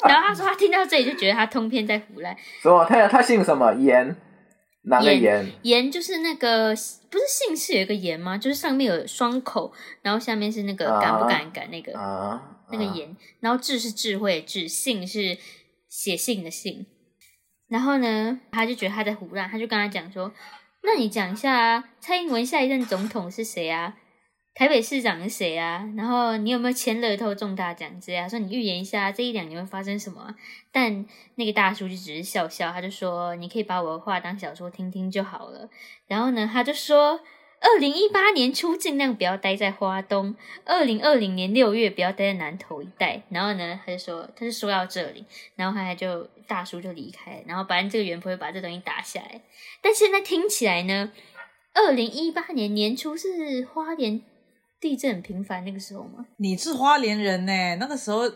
Speaker 1: 他说他听到这里就觉得他通篇在胡乱，
Speaker 4: 什么？他他姓什么？言？哪个
Speaker 1: 言
Speaker 4: 言？
Speaker 1: 言就是那个不是姓氏有一个言吗？就是上面有双口，然后下面是那个
Speaker 4: 啊
Speaker 1: 敢不敢敢那个、
Speaker 4: 啊，
Speaker 1: 那个
Speaker 4: 啊
Speaker 1: 言，然后智是智慧的智，信是写信的信。然后呢，他就觉得他在胡乱，他就跟他讲说：“那你讲一下啊，蔡英文下一任总统是谁啊？”台北市长是谁啊？然后你有没有签乐透中大奖之类啊？说你预言一下这一两年会发生什么啊、但那个大叔就只是笑笑，他就说你可以把我的话当小说听听就好了。然后呢，他就说。二零一八年初尽量不要待在花东，二零二零年六月不要待在南投一带。然后呢，他就说，他就说到这里，然后他就大叔就离开，然后反正这个袁婆就把这东西打下来。但现在听起来呢，二零一八年年初是花莲地震很频繁那个时候吗？
Speaker 3: 你是花莲人呢、那个时候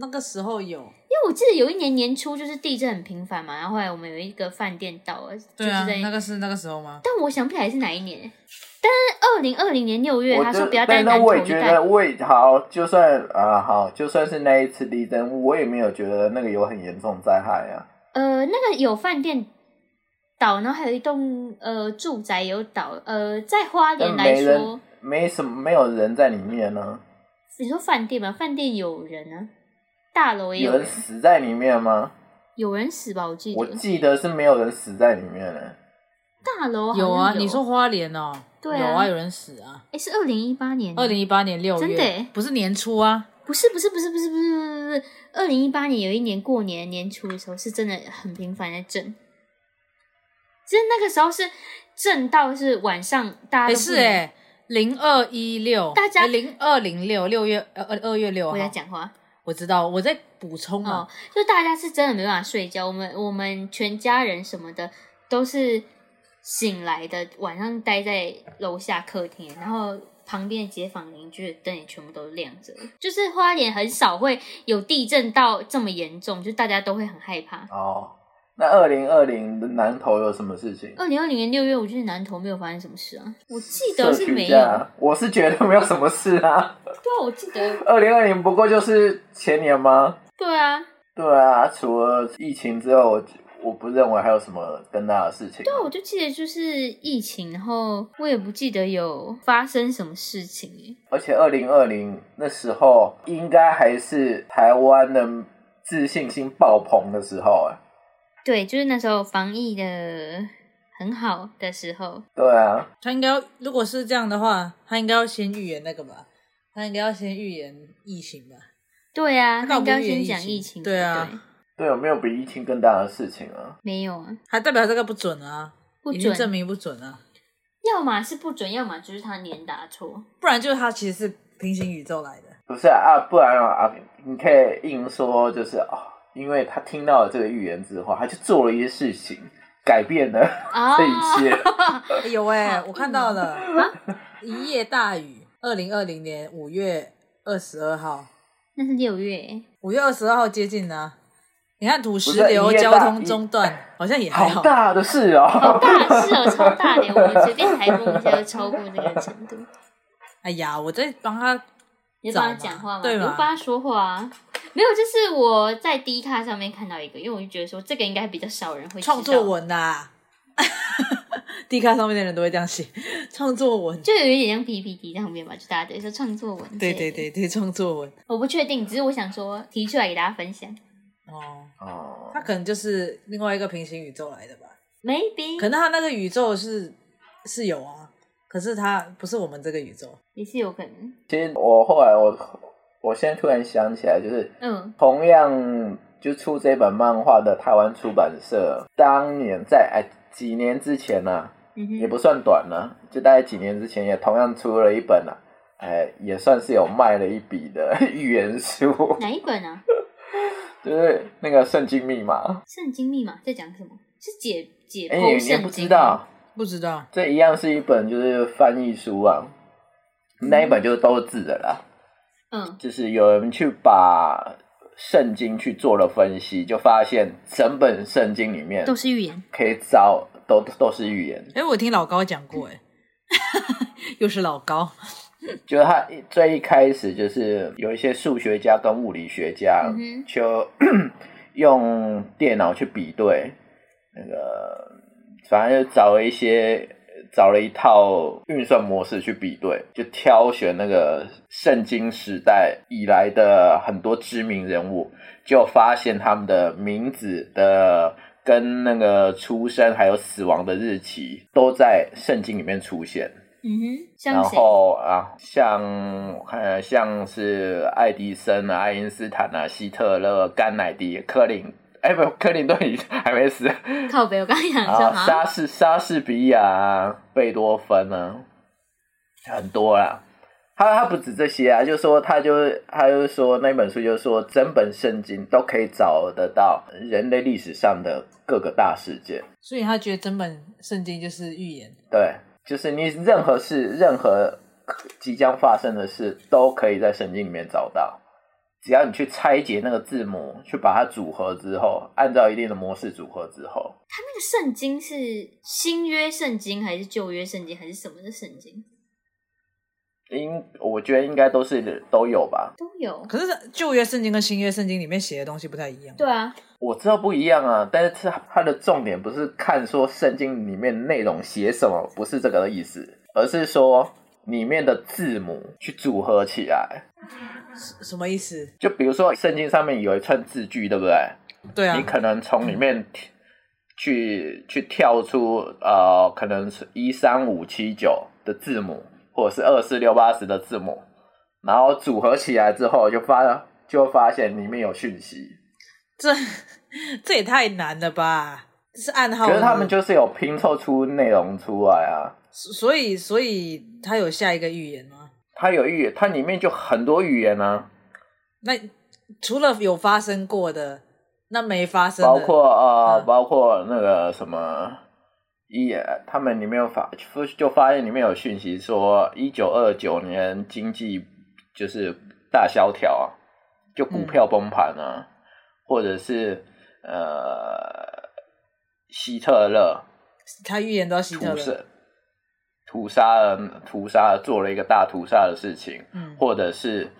Speaker 3: 那个时候有，
Speaker 1: 因为我记得有一年年初就是地震很频繁嘛，然后后来我们有一个饭店倒了，
Speaker 3: 对啊
Speaker 1: 就是在，
Speaker 3: 那个是那个时候吗？
Speaker 1: 但我想不起来是哪一年。但是二零二零年六月，
Speaker 4: 我
Speaker 1: 他
Speaker 4: 就
Speaker 1: 说不要待
Speaker 4: 但
Speaker 1: 在南
Speaker 4: 那
Speaker 1: 投
Speaker 4: 我也
Speaker 1: 一
Speaker 4: 觉
Speaker 1: 带
Speaker 4: 得，。我也好，就算啊、好，就算是那一次地震，我也没有觉得那个有很严重灾害啊。
Speaker 1: 呃，那个有饭店倒，然后还有一栋呃住宅有倒，呃，在花莲
Speaker 4: 但
Speaker 1: 来
Speaker 4: 没人
Speaker 1: 说，，
Speaker 4: 没什么，没有人在里面呢、
Speaker 1: 你说饭店吧，饭店有人啊，大楼也
Speaker 4: 有
Speaker 1: 有
Speaker 4: 人
Speaker 1: 人，
Speaker 4: 死在里面吗？
Speaker 1: 有人死吧？我记
Speaker 4: 我
Speaker 1: 得
Speaker 4: 记得是没有人死在里面的、
Speaker 1: 大楼好像
Speaker 3: 有啊，
Speaker 1: 有
Speaker 3: 你说花莲哦，
Speaker 1: 对啊
Speaker 3: 有啊，有人死啊。
Speaker 1: 哎、是二零一八年，
Speaker 3: 二零一八年六
Speaker 1: 真
Speaker 3: 月，
Speaker 1: 的欸
Speaker 3: 不是年初啊，
Speaker 1: 不是不是不是不是不是不是不是，二零一八年有一年过年年初的时候，是真的很频繁的震，就是那个时候是震到是晚上大家
Speaker 3: 哎
Speaker 1: 都
Speaker 3: 是
Speaker 1: 不能
Speaker 3: 哎，零二一六，哎
Speaker 1: 大家
Speaker 3: 零二零六六月呃二二月六
Speaker 1: 我在
Speaker 3: 号，
Speaker 1: 讲话。
Speaker 3: 我知道，我在补充
Speaker 1: 哦
Speaker 3: 啊，，
Speaker 1: 就大家是真的没办法睡觉，我们我们全家人什么的都是醒来的，晚上待在楼下客厅，然后旁边的街坊邻居的灯也全部都亮着，就是花莲很少会有地震到这么严重，就大家都会很害怕。
Speaker 4: 哦，那二零二零南投有什么事情？
Speaker 1: 二零二零年六月，我去南投没有发生什么事啊，我记
Speaker 4: 社
Speaker 1: 得是没
Speaker 4: 区
Speaker 1: 有，对
Speaker 4: 价，我是觉得没有什么事啊。
Speaker 1: 啊，我记得，
Speaker 4: 二零二零不过就是前年吗？
Speaker 1: 对啊，
Speaker 4: 对啊，除了疫情之后，我我不认为还有什么更大的事情。
Speaker 1: 对啊，我就记得就是疫情，然后我也不记得有发生什么事情耶
Speaker 4: 而且二零二零那时候应该还是台湾的自信心爆棚的时候啊。
Speaker 1: 对，就是那时候防疫的很好的时候，
Speaker 4: 对啊，
Speaker 3: 他应该要如果是这样的话，他应该要先预言那个吧，他应该要先预言疫情吧，
Speaker 1: 对啊，
Speaker 3: 那
Speaker 1: 他
Speaker 3: 我
Speaker 1: 应
Speaker 3: 们
Speaker 1: 该要
Speaker 3: 预言
Speaker 1: 先
Speaker 3: 疫
Speaker 1: 讲
Speaker 3: 情
Speaker 1: 疫情，
Speaker 3: 对啊
Speaker 4: 对，有没有比疫情更大的事情啊？
Speaker 1: 没有啊，
Speaker 3: 还代表这个不准啊，
Speaker 1: 不
Speaker 3: 已经
Speaker 1: 准，
Speaker 3: 证明不准啊，
Speaker 1: 要么是不准，要么就是他年答错。
Speaker 3: 不然就是他其实是平行宇宙来的，
Speaker 4: 不是啊，啊不然啊啊，你可以硬说就是哦，因为他听到了这个预言之后，他就做了一些事情，改变了
Speaker 1: 哦
Speaker 4: 这一切。
Speaker 3: 哎呦喂、
Speaker 1: 好硬哦啊
Speaker 3: 我看到了，一夜大雨，二零二零年五月二十二号，
Speaker 1: 那是六月，
Speaker 3: 五月二十二号接近呢、你看土石
Speaker 4: 不是
Speaker 3: 流
Speaker 4: 一夜
Speaker 3: 交
Speaker 4: 大
Speaker 3: 通
Speaker 4: 一
Speaker 3: 中断，好像也还
Speaker 4: 好大的事哦！
Speaker 1: 好大是哦，超大的，我们随便台风一下就超过这个程度。
Speaker 3: 哎呀，我在帮他
Speaker 1: 你
Speaker 3: 找
Speaker 1: 帮他
Speaker 3: 嘛
Speaker 1: 讲话吗？
Speaker 3: 对
Speaker 1: 你
Speaker 3: 嘛
Speaker 1: 不帮他说话啊？没有，就是我在 D 卡上面看到一个，因为我就觉得说这个应该比较少人会知
Speaker 3: 创作
Speaker 1: 道
Speaker 3: 文呐、d 卡上面的人都会这样写， [laughs] 创作文。
Speaker 1: 就有一点像 PPT 上面吧，就大家对说创作文之类
Speaker 3: 对
Speaker 1: 的。
Speaker 3: 对对对，创作文。
Speaker 1: 我不确定，只是我想说提出来给大家分享
Speaker 3: 哦，
Speaker 4: 哦
Speaker 3: 他可能就是另外一个平行宇宙来的吧？
Speaker 1: ，maybe
Speaker 3: 可能他那个宇宙是是有啊，可是他不是我们这个宇宙。
Speaker 1: 也是有可能。
Speaker 4: 其实我后来我我现在突然想起来，就是
Speaker 1: 嗯，
Speaker 4: 同样就出这本漫画的台湾出版社，当年在哎几年之前呢、
Speaker 1: 嗯
Speaker 4: 也
Speaker 1: 哼，
Speaker 4: 不算短了，就大概几年之前也同样出了一本啊，哎，也算是有卖了一笔的 [laughs] 预言书，
Speaker 1: 哪一本啊？
Speaker 4: 就是那个圣经密码。
Speaker 1: 圣经密码在讲什么？是解解
Speaker 4: 哎、你
Speaker 1: 剖
Speaker 4: 你
Speaker 1: 哦圣
Speaker 4: 不知
Speaker 1: 经？
Speaker 4: 道，
Speaker 3: 不知道，
Speaker 4: 这一样是一本就是翻译书啊，那一本就是都是字的啦，
Speaker 1: 嗯，
Speaker 4: 就是有人去把圣经去做了分析，就发现整本圣经里面
Speaker 1: 都是预言。
Speaker 4: 可以找都都是预言，
Speaker 3: 哎，我听老高讲过， [laughs] 哎，又是老高，
Speaker 4: 就是他一最一开始就是有一些数学家跟物理学家
Speaker 1: 嗯哼
Speaker 4: 就用电脑去比对那个，反正就找了一些找了一套运算模式去比对，就挑选那个圣经时代以来的很多知名人物，就发现他们的名字的。跟那个出生还有死亡的日期都在圣经里面出现，
Speaker 1: 嗯哼，
Speaker 4: 然
Speaker 1: 像谁？
Speaker 4: 后啊，像呃像是爱迪生啊、爱因斯坦啊、希特勒、甘乃迪、克林，哎不，克林顿已还没死
Speaker 1: 靠北，我刚刚想说
Speaker 4: 啊，
Speaker 1: 好
Speaker 4: 莎
Speaker 1: 像
Speaker 4: 士莎士比亚、啊、贝多芬啊，很多啦。他他不止这些啊，就说他就他就说那本书就说整本圣经都可以找得到人类历史上的各个大事件。
Speaker 3: 所以他觉得整本圣经就是预言。
Speaker 4: 对，就是你任何事、任何即将发生的事，都可以在圣经里面找到。只要你去拆解那个字母，去把它组合之后，按照一定的模式组合之后，
Speaker 1: 他那个圣经是新约圣经还是旧约圣经还是什么的圣经
Speaker 4: 应我觉得应该都是都有吧。
Speaker 1: 都有。
Speaker 3: 可是旧约圣经跟新约圣经里面写的东西不太一样。
Speaker 1: 对啊，
Speaker 4: 我知道不一样啊，但是它它的重点不是看说圣经里面内容写什么，不是这个意思，而是说里面的字母去组合起来。
Speaker 3: 什么意思？
Speaker 4: 就比如说圣经上面有一串字句，对不对？
Speaker 3: 对啊
Speaker 4: 你，可能从里面跳去去跳出呃，可能是一三五七九的字母，或者是二四六八十的字母，然后组合起来之后，就发就会发现里面有讯息。
Speaker 3: 这这也太难了吧？这是暗号吗。
Speaker 4: 可是他们就是有拼凑出内容出来啊，
Speaker 3: 所以所以他有下一个预言吗？
Speaker 4: 它有预言，它里面就很多语言啊，
Speaker 3: 那除了有发生过的，那没发生的，
Speaker 4: 包括呃，
Speaker 3: 嗯
Speaker 4: 包括那个什么。一，他们里面有发就发现里面有讯息说，一九二九年经济就是大萧条啊，就
Speaker 3: 嗯
Speaker 4: 股票崩盘啊，或者是呃希特勒
Speaker 3: 他预言到希特
Speaker 4: 屠杀
Speaker 3: 勒。
Speaker 4: 屠杀了屠杀了做了一个大屠杀的事情，
Speaker 3: 嗯，
Speaker 4: 或者是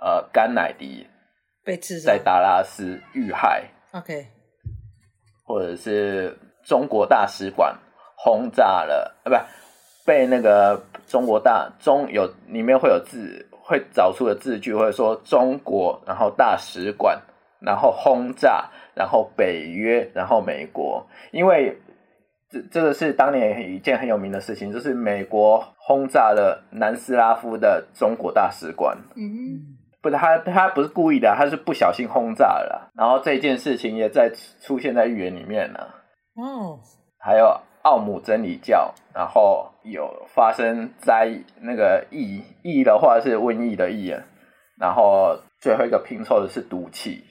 Speaker 4: 呃甘乃迪
Speaker 3: 被刺杀
Speaker 4: 在。达拉斯遇害，
Speaker 3: OK，
Speaker 4: 或者是中国大使馆轰炸了，啊，不，被那个中国大中有里面会有字，会找出的字句，或者说中国，然后大使馆，然后轰炸，然后北约，然后美国，因为这这个是当年一件很有名的事情，就是美国轰炸了南斯拉夫的中国大使馆，
Speaker 1: 嗯
Speaker 4: 不是他，他不是故意的，他是不小心轰炸了。然后这件事情也在出现在预言里面了。
Speaker 3: 哦，
Speaker 4: 还有奥姆真理教，然后有发生灾那个疫疫的话是瘟疫的疫啊，然后最后一个拼凑的是毒气。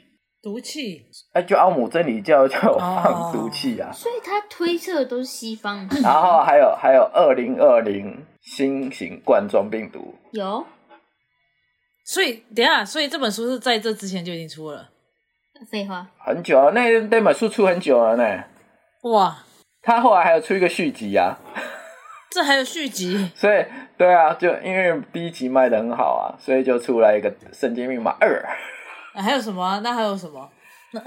Speaker 3: 毒气
Speaker 4: 哎，就奥姆真理教就有
Speaker 3: 哦
Speaker 4: 放毒气啊
Speaker 1: 哼，所以他推测的都是西方的
Speaker 4: [coughs] 然后还有还有二零二零新型冠状病毒，
Speaker 1: 有，
Speaker 3: 所以等一下，所以这本书是在这之前就已经出了。
Speaker 1: 废话，
Speaker 4: 很久了，那那本书出很久了呢。
Speaker 3: 哇，
Speaker 4: 他后来还有出一个续集啊。
Speaker 3: 这还有续集，
Speaker 4: 所以对啊，就因为第一集卖的很好啊，所以就出来一个《圣经密码二》，
Speaker 3: 啊还有什么啊、那还有什么？那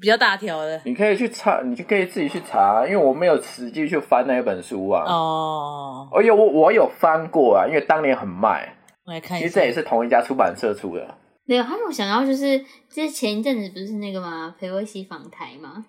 Speaker 3: 比较大条的
Speaker 4: 你可以去查，你就可以自己去查，因为我没有实际去翻那一本书啊。
Speaker 3: 哦。
Speaker 4: 而且我我有翻过啊，因为当年很卖，
Speaker 3: 我来看
Speaker 4: 其
Speaker 3: 一
Speaker 4: 实
Speaker 3: 下
Speaker 4: 这，也是同一家出版社出的。
Speaker 1: 没有。还有想到就是，就是前一阵子不是那个嘛，裴洛西访台嘛，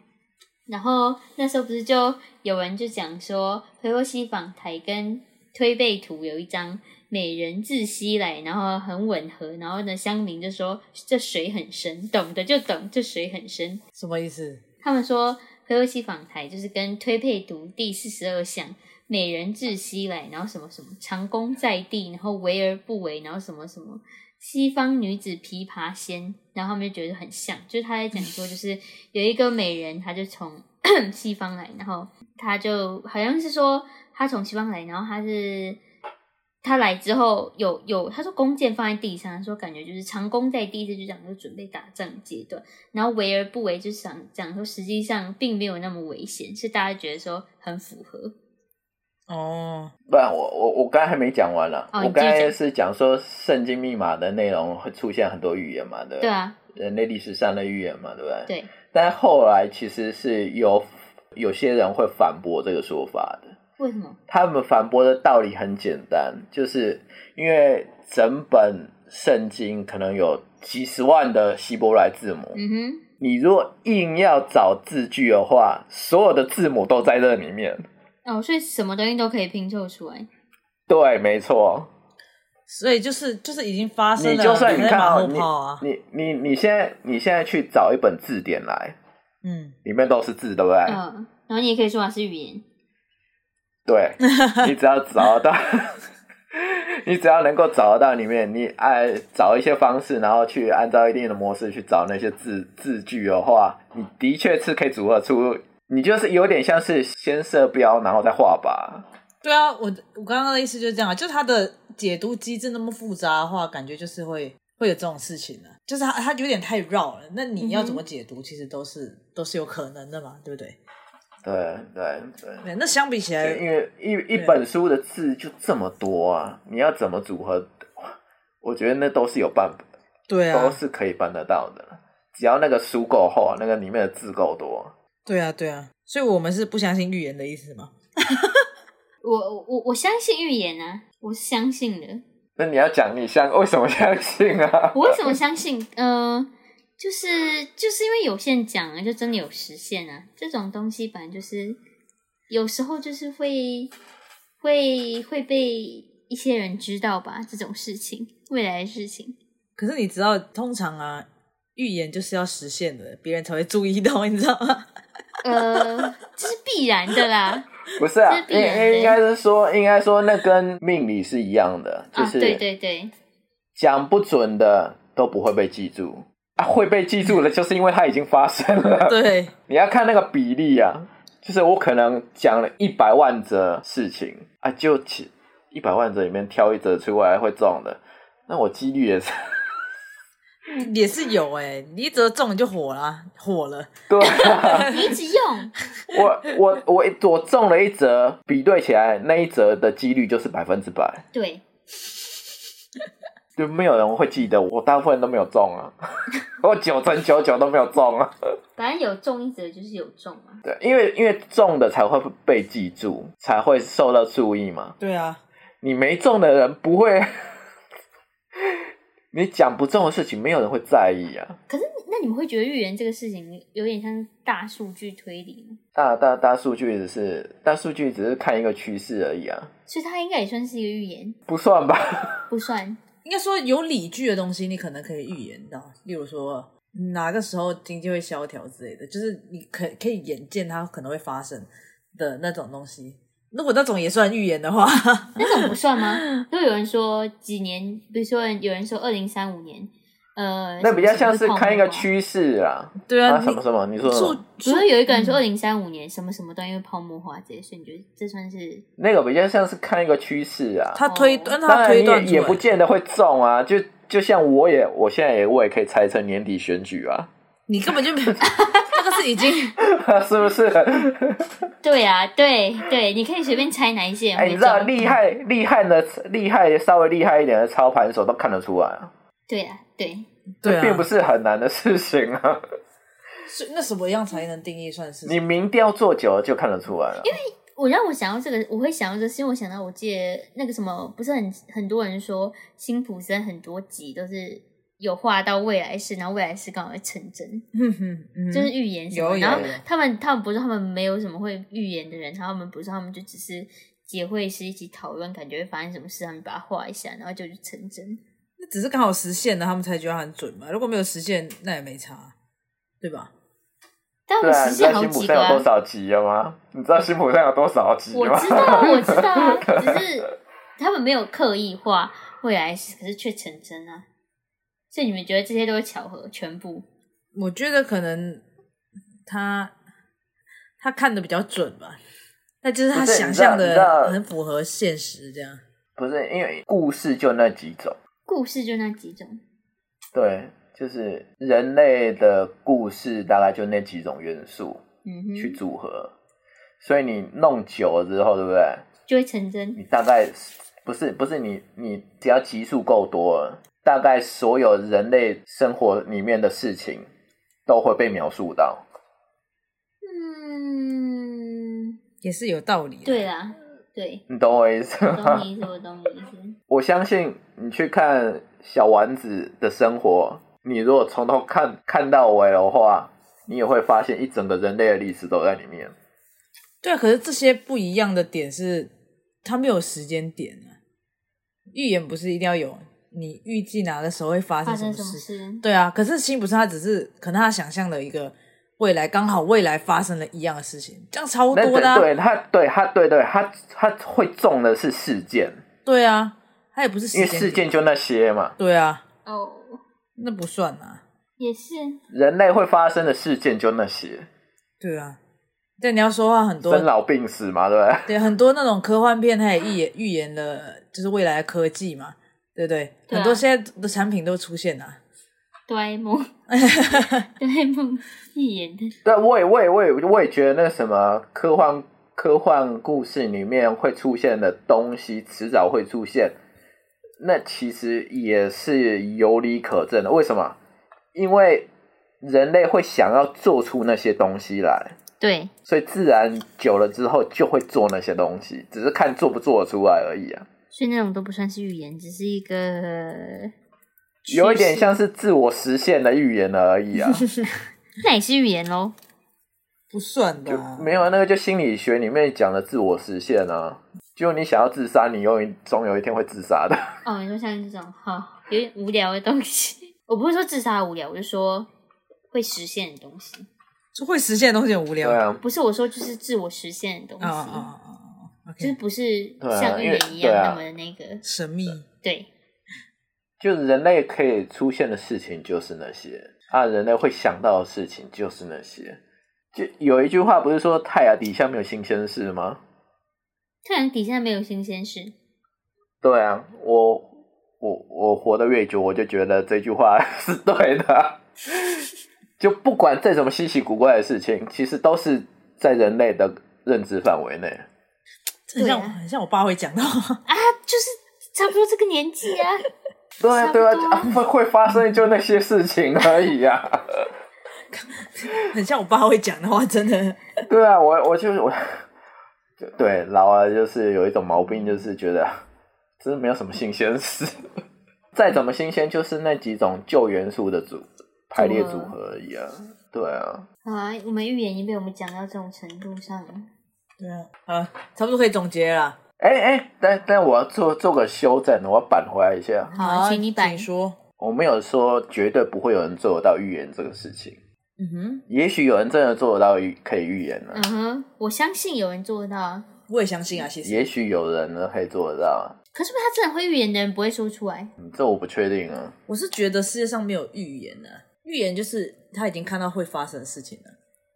Speaker 1: 然后那时候不是就有人就讲说，裴洛西访台跟推背图有一张美人自西来，然后很吻合，然后呢乡民就说这水很深，懂的就懂，这水很深。
Speaker 3: 什么意思？
Speaker 1: 他们说裴洛西访台就是跟推配读第四十二项“美人至西来”，然后什么什么长弓在地，然后为而不为，然后什么什么西方女子琵琶仙，然后他们就觉得很像，就是他在讲说，就是有一个美人，她就从 [clears throat] 西方来，然后她就好像是说她从西方来，然后她是。她来之后有有，她说弓箭放在地上，她说感觉就是长弓在地，这就讲说准备打仗的阶段。然后为而不为，就是想讲说，实际上并没有那么危险，是大家觉得说很符合。
Speaker 3: 哦，
Speaker 4: 不然我我我刚才还没讲完了，
Speaker 1: 哦
Speaker 4: 我
Speaker 1: 你继续
Speaker 4: 刚
Speaker 1: 讲
Speaker 4: 才是讲说《圣经密码》的内容会出现很多预言嘛，对不
Speaker 1: 对啊，
Speaker 4: 人类历史上的预言嘛，对不对？
Speaker 1: 对，
Speaker 4: 但后来其实是有有些人会反驳这个说法的。
Speaker 1: 为什么？
Speaker 4: 他们反驳的道理很简单，就是因为整本圣经可能有几十万的希伯来字母，
Speaker 1: 嗯哼，
Speaker 4: 你如果硬要找字句的话，所有的字母都在这里面。
Speaker 1: 哦，所以什么东西都可以拼凑出来。
Speaker 4: 对，没错。
Speaker 3: 所以就是就是已经发生
Speaker 4: 你
Speaker 3: 了，
Speaker 4: 就算
Speaker 3: 你
Speaker 4: 你
Speaker 3: 在
Speaker 4: 看
Speaker 3: 马
Speaker 4: 到
Speaker 3: 后炮啊，
Speaker 4: 你你你你现在你现在去找一本字典来，
Speaker 3: 嗯，
Speaker 4: 里面都是字，对不对？
Speaker 1: 嗯，然后你也可以说它是语言，
Speaker 4: 对，你只要找到， [laughs] 你只要能够找得到里面，你按找一些方式，然后去按照一定的模式去找那些字字句的话，你的确是可以组合出，你就是有点像是先射标，然后再画吧。
Speaker 3: 对啊，我我刚刚的意思就是这样啊，就是它的解读机制那么复杂的话，感觉就是会会有这种事情啊，就是它它有点太绕了。那你要怎么解读，其实都是都是有可能的嘛，对不对？
Speaker 4: 对对对，
Speaker 3: 对，那相比起来，
Speaker 4: 因为一一本书的字就这么多啊，你要怎么组合？我觉得那都是有办法，
Speaker 3: 对
Speaker 4: 都
Speaker 3: 啊，
Speaker 4: 是可以办得到的，只要那个书够厚，啊那个里面的字够多。
Speaker 3: 对啊，对啊，所以我们是不相信预言的意思嘛？
Speaker 1: 我我我相信预言啊，我是相信的。
Speaker 4: 那你要讲你相为什么相信
Speaker 1: [laughs]
Speaker 4: 啊？
Speaker 1: 我为什么相信？嗯、就是就是因为有些人讲了，就真的有实现啊。这种东西本来就是有时候就是会会会被一些人知道吧，这种事情，未来的事情。
Speaker 3: 可是你知道，通常啊，预言就是要实现的，别人才会注意到， [laughs] 你知道吗？
Speaker 1: 呃，这是必然的啦。
Speaker 4: 不是啊
Speaker 1: 是，必
Speaker 4: 应
Speaker 1: 然的
Speaker 4: 应该是说，应该说那跟命理是一样的， [laughs] 就
Speaker 1: 啊，对
Speaker 4: 是
Speaker 1: 对对，
Speaker 4: 讲不准的都不会被记住啊，会被记住的，就是因为它已经发生
Speaker 1: [laughs]
Speaker 4: 了。
Speaker 3: 对，
Speaker 4: 你要看那个比例啊，就是我可能讲了一百万则事情啊，就其一百万则里面挑一则出来会中的，那我几率也是 [laughs]
Speaker 3: 也是有哎、你一折中你就火了啊，火了。
Speaker 4: 对、啊。
Speaker 1: 你一直用，
Speaker 4: 我我我我中了一折，比对起来那一折的几率就是百分之百，
Speaker 1: 对，
Speaker 4: 就没有人会记得我，大部分都没有中啊， [laughs] 我九成九九都没有中啊。
Speaker 1: 反正有中一折就是有中啊嘛。
Speaker 4: 对，因为因为中的才会被记住，才会受到注意嘛。
Speaker 3: 对啊，
Speaker 4: 你没中的人不会，你讲不中的事情，没有人会在意啊。
Speaker 1: 可是那你们会觉得预言这个事情有点像是大数据推理吗？
Speaker 4: 大大大数据只是大数据只是看一个趋势而已啊，
Speaker 1: 所以它应该也算是一个预言，
Speaker 4: 不算吧？
Speaker 1: 不算。
Speaker 3: 应该说有理据的东西，你可能可以预言到，例如说哪个时候经济会萧条之类的，就是你可可以眼见它可能会发生的那种东西。如果那种也算预言的话， [laughs]
Speaker 1: 那种不算吗？ [laughs] 如果有人说几年，比如说有人说二零三五年，呃，
Speaker 4: 那比较像是
Speaker 1: 什么
Speaker 4: 看一个
Speaker 1: 什么
Speaker 4: 趋势啊。
Speaker 3: 对
Speaker 4: 啊，
Speaker 3: 啊，
Speaker 4: 什么什么？你说什么
Speaker 3: 数
Speaker 1: 比如说有一个
Speaker 4: 嗯
Speaker 1: 人说二零三五年什么什么都因为泡沫化这些，所以你觉得这算是
Speaker 4: 那个比较像是看一个趋势啊，
Speaker 3: 他
Speaker 1: 哦
Speaker 3: 推断，
Speaker 4: 当
Speaker 3: 他
Speaker 4: 然
Speaker 3: 推
Speaker 4: 你
Speaker 3: 断出
Speaker 4: 也也不
Speaker 3: 来，
Speaker 4: 见得会中啊，就就像我也，我现在也我也可以猜测年底选举啊， [laughs]
Speaker 3: 你根本就没
Speaker 1: [laughs]
Speaker 3: 有，那个是已经
Speaker 4: 是不是？
Speaker 1: 对啊，对对，你可以随便猜哪一些人
Speaker 4: 哎、
Speaker 1: 会
Speaker 4: 你知
Speaker 1: 中
Speaker 4: 道厉害厉害的厉害稍微厉害一点的操盘手都看得出来啊，
Speaker 1: 对啊，对，
Speaker 3: 对啊，
Speaker 4: 并不是很难的事情啊， [laughs]
Speaker 3: 所以那什么样才能定义算是
Speaker 4: 你民调做久了就看得出来了。
Speaker 1: 我让我想到这个，我会想到这个，是因为我想到我记得那个什么，不是很很多人说辛普森很多集都是有画到未来式，然后未来式刚好会成真，
Speaker 3: 嗯 [laughs] 哼嗯哼
Speaker 1: 就是预言什
Speaker 3: 有
Speaker 1: 么。
Speaker 3: 有
Speaker 1: 然后
Speaker 3: 有
Speaker 1: 他们他们不是他们没有什么会预言的人，然后他们不是他们就只是结会是一起讨论，感觉会发生什么事，他们把它画一下，然后就成真。
Speaker 3: 那只是刚好实现了，他们才觉得它很准嘛。如果没有实现，那也没差，啊对吧？
Speaker 1: 但我
Speaker 4: 对啊，
Speaker 1: 实
Speaker 4: 你知
Speaker 1: 现
Speaker 4: 道
Speaker 1: 好
Speaker 4: 辛普
Speaker 1: 几
Speaker 4: 森
Speaker 1: 个、
Speaker 4: 有
Speaker 1: 啊
Speaker 4: 多，少集了吗？你知道辛普森有多少集
Speaker 1: 我
Speaker 4: 吗？
Speaker 1: 知道啊，我知道 [laughs] 啊，只是他们没有刻意画未来式，可是却成真啊。所以你们觉得这些都是巧合？全部？
Speaker 3: 我觉得可能他他看的比较准吧，那就是他
Speaker 4: 不是
Speaker 3: 想象
Speaker 4: 你知道你
Speaker 3: 的
Speaker 4: 知道
Speaker 3: 很符合现实，这样
Speaker 4: [laughs] 不是，因为故事就那几种。
Speaker 1: 故事就那几种，
Speaker 4: 对，就是人类的故事大概就那几种元素
Speaker 1: 嗯
Speaker 4: 去
Speaker 1: 哼，
Speaker 4: 组合，所以你弄久了之后，对不对？
Speaker 1: 就会成真。
Speaker 4: 你大概不是不是你你只要集数够多了，大概所有人类生活里面的事情都会被描述到。
Speaker 1: 嗯，
Speaker 3: 也是有道理的。啊
Speaker 1: 对啦， [laughs] 对，
Speaker 4: 你懂我意思
Speaker 1: 我懂
Speaker 4: 吗？
Speaker 1: 你意思，我懂你意 [laughs] 思。
Speaker 4: [laughs] 我相信你去看小丸子的生活，你如果从头看看到尾的话，你也会发现一整个人类的历史都在里面。
Speaker 3: 对啊，可是这些不一样的点是，他没有时间点啊。预言不是一定要有你预计哪个时候会发
Speaker 1: 发
Speaker 3: 生什
Speaker 1: 生
Speaker 3: 么
Speaker 1: 什么
Speaker 3: 事？
Speaker 1: 事？
Speaker 3: 对啊，可是辛普森他只是可能他想象的一个未来，刚好未来发生了一样的事情，这样超
Speaker 4: 那
Speaker 3: 多的、啊。
Speaker 4: 对他，对他，对对，他他会中的是事件，
Speaker 3: 对啊，他也不是时
Speaker 4: 因为
Speaker 3: 间
Speaker 4: 事件
Speaker 3: 点
Speaker 4: 就那些嘛。
Speaker 3: 对啊，
Speaker 1: 哦，
Speaker 3: 那不算啊。
Speaker 1: 也是，
Speaker 4: 人类会发生的事件就那些，
Speaker 3: 对啊，但你要说话很多，
Speaker 4: 生老病死嘛，对不对？ [laughs]
Speaker 3: 对，很多那种科幻片，它也预言预言了，就是未来的科技嘛，对不对？
Speaker 1: 对啊
Speaker 3: 很多现在的产品都出现啊了。
Speaker 1: 哆啦 A [laughs] 梦，哆啦 A 梦预言的，
Speaker 4: 对，我也，我也，我也，我也觉得那什么科幻科幻故事里面会出现的东西，迟早会出现。那其实也是有理可证的。为什么？因为人类会想要做出那些东西来，
Speaker 1: 对，
Speaker 4: 所以自然久了之后就会做那些东西，只是看做不做得出来而已啊。
Speaker 1: 所以那种都不算是预言，只是一个趋势
Speaker 4: 有一点，像是自我实现的预言而已啊。
Speaker 1: 那也是预言喽。
Speaker 3: 不算的
Speaker 4: 就
Speaker 3: 啊、
Speaker 4: 没有啊，那个就心理学里面讲的自我实现啊。就你想要自杀，你永远总有一天会自杀的。
Speaker 1: 哦，你说像这种好有点无聊的东西， [laughs] 我不是说自杀无聊，我就说会实现的东西，
Speaker 3: 就会实现的东西很无聊。
Speaker 4: 对啊，
Speaker 1: 不是我说就是自我实现的东
Speaker 3: 啊
Speaker 1: 西，
Speaker 3: 啊啊啊啊
Speaker 1: 就是
Speaker 3: ！OK，
Speaker 1: 不是
Speaker 4: 对啊
Speaker 1: 像预
Speaker 4: 因为
Speaker 1: 言一样
Speaker 4: 对啊
Speaker 1: 那么的那个，
Speaker 3: 神秘。
Speaker 1: 对
Speaker 4: 就是人类可以出现的事情就是那些啊，人类会想到的事情就是那些。就有一句话不是说太阳底下没有新鲜事吗？
Speaker 1: 太阳底下没有新鲜事，
Speaker 4: 对啊，我我我活得越久，我就觉得这句话是对 [laughs] 的。就不管再怎么稀奇古怪的事情，其实都是在人类的认知范围内。
Speaker 3: 这很像、
Speaker 1: 对啊
Speaker 3: 很像我爸会讲到，
Speaker 1: 就是差不多这个年纪啊， [laughs]
Speaker 4: 对
Speaker 1: 差
Speaker 4: 啊，
Speaker 1: 不
Speaker 4: 对啊，
Speaker 1: 多
Speaker 4: 啊 [laughs] 会会发生就那些事情而已啊。
Speaker 3: [laughs] 很像我爸会讲的话，真的
Speaker 4: 对啊，我我就是我，就对老了就是有一种毛病，就是觉得真的没有什么新鲜事， [laughs] 再怎么新鲜就是那几种旧元素的组排列组合而已啊。对啊，
Speaker 1: 好啊，我们预言已经被我们讲到这种程度上了，
Speaker 3: 对啊，啊，差不多可以总结了啦。
Speaker 4: 哎哎，但但我要做做个修正，我要扳回来一下。
Speaker 1: 好啊，请你摆
Speaker 3: 请，说。
Speaker 4: 我没有说绝对不会有人做得到预言这个事情，
Speaker 3: 嗯
Speaker 4: 也许有人真的做得到预可以预言啊了、
Speaker 1: 嗯哼，我相信有人做得到啊，
Speaker 3: 哼，我也相信啊，其实
Speaker 4: 也许有人呢可以做得到啊。
Speaker 1: 可是不是他真的会预言的人不会说出来，
Speaker 4: 嗯这我不确定啊。
Speaker 3: 我是觉得世界上没有预言啊，预言就是他已经看到会发生的事情了，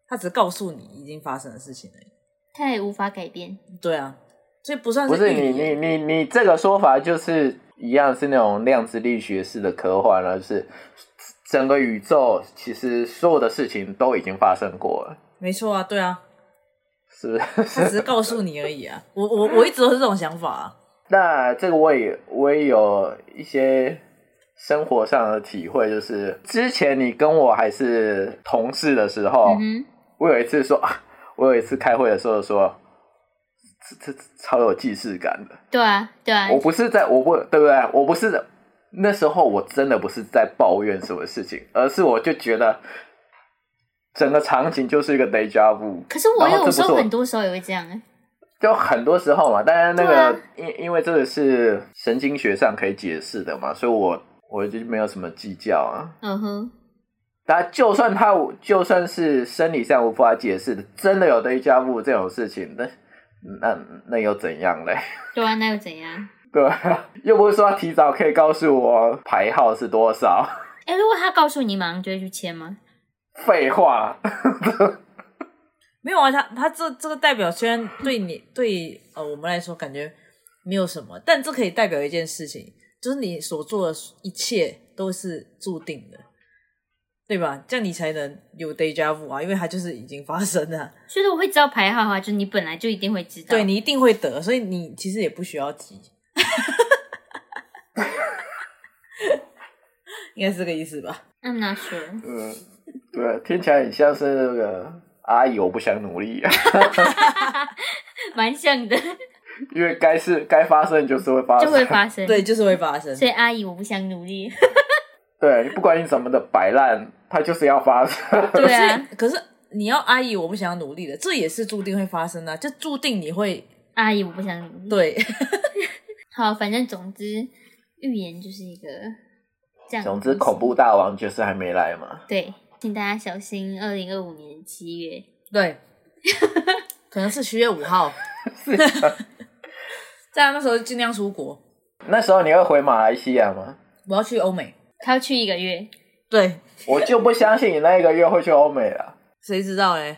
Speaker 3: 他只告诉你已经发生的事情而已。
Speaker 1: 他也无法改变，
Speaker 3: 对啊，所以不算
Speaker 4: 不是
Speaker 3: 是
Speaker 4: 你
Speaker 3: 预
Speaker 4: 你
Speaker 3: 言。
Speaker 4: 你你这个说法就是一样是那种量子力学式的科幻了，就是整个宇宙其实所有的事情都已经发生过了，
Speaker 3: 没错啊，对啊，
Speaker 4: 是不
Speaker 3: 他只
Speaker 4: 是？ [laughs]
Speaker 3: 是告诉你而已啊。我我我一直都是这种想法啊。
Speaker 4: 那这个我也我也有一些生活上的体会，就是之前你跟我还是同事的时候，
Speaker 1: 嗯
Speaker 4: 我有一次说，啊我有一次开会的时候说，这这这超有既视感的。
Speaker 1: 哼，对啊对啊，
Speaker 4: 我不是在，我不对不对？我不是那时候我真的不是在抱怨什么事情，而是我就觉得整个场景就是一个 deja vu。
Speaker 1: 可是我
Speaker 4: 然后
Speaker 1: 有
Speaker 4: 这
Speaker 1: 时
Speaker 4: 不是
Speaker 1: 候
Speaker 4: 我
Speaker 1: 很多时候也会这样欸，
Speaker 4: 就很多时候嘛，当然那
Speaker 1: 对啊
Speaker 4: 个、因因为这个是神经学上可以解释的嘛，所以我我就没有什么计较啊。
Speaker 1: 嗯哼，
Speaker 4: 但就算他就算是生理上无法解释的，真的有 deja vu 这种事情，那那那又怎样嘞？ [laughs]
Speaker 1: 对啊，那又怎样？
Speaker 4: 对啊，又不是说他提早可以告诉我排号是多少。
Speaker 1: 哎、如果他告诉你马上就会去签吗？
Speaker 4: 废话，
Speaker 3: 没有啊，他他这这个代表虽然对你对呃我们来说感觉没有什么，但这可以代表一件事情，就是你所做的一切都是注定的，对吧？这样你才能有 deja vu 啊，因为它就是已经发生了，
Speaker 1: 所以我会知道排号的话，就是你本来就一定会知道。
Speaker 3: 对你一定会得，所以你其实也不需要急，应该是这个意思吧？
Speaker 1: ，I'm not sure。
Speaker 4: 嗯，对，听起来很像是那个阿姨，我不想努力，
Speaker 1: 蛮像的，
Speaker 4: 因为该是该发生就是会发生，
Speaker 1: 就会发 [laughs] 生。
Speaker 3: 对，，就是会发生。
Speaker 4: 啊
Speaker 1: 所以阿姨，我不想努力。
Speaker 4: [laughs] 对，不管你怎么的摆烂，它就是要
Speaker 1: [laughs]
Speaker 4: 发生。
Speaker 1: 对啊，
Speaker 3: 可是你要阿姨，我不想努力的，这也是注定会发生的啊、就注定你会
Speaker 1: 阿姨，我不想努力。
Speaker 3: 对，
Speaker 1: 好，反正总之，预言就是一个这样的东
Speaker 4: 总
Speaker 1: 西。
Speaker 4: 之，恐怖大王就是还没来嘛。
Speaker 1: 对，请大家小心，二零二五年七月。
Speaker 3: [laughs]
Speaker 4: [laughs]
Speaker 3: 对，可能是七月五号，
Speaker 4: 是啊
Speaker 3: 在那时候尽量出国，
Speaker 4: 那时候你会回马来西亚吗？
Speaker 3: 我要去欧美。
Speaker 1: 他要去一个月，
Speaker 3: 对，
Speaker 4: 我就不相信你那一个月会去欧美了。
Speaker 3: 谁知道嘞？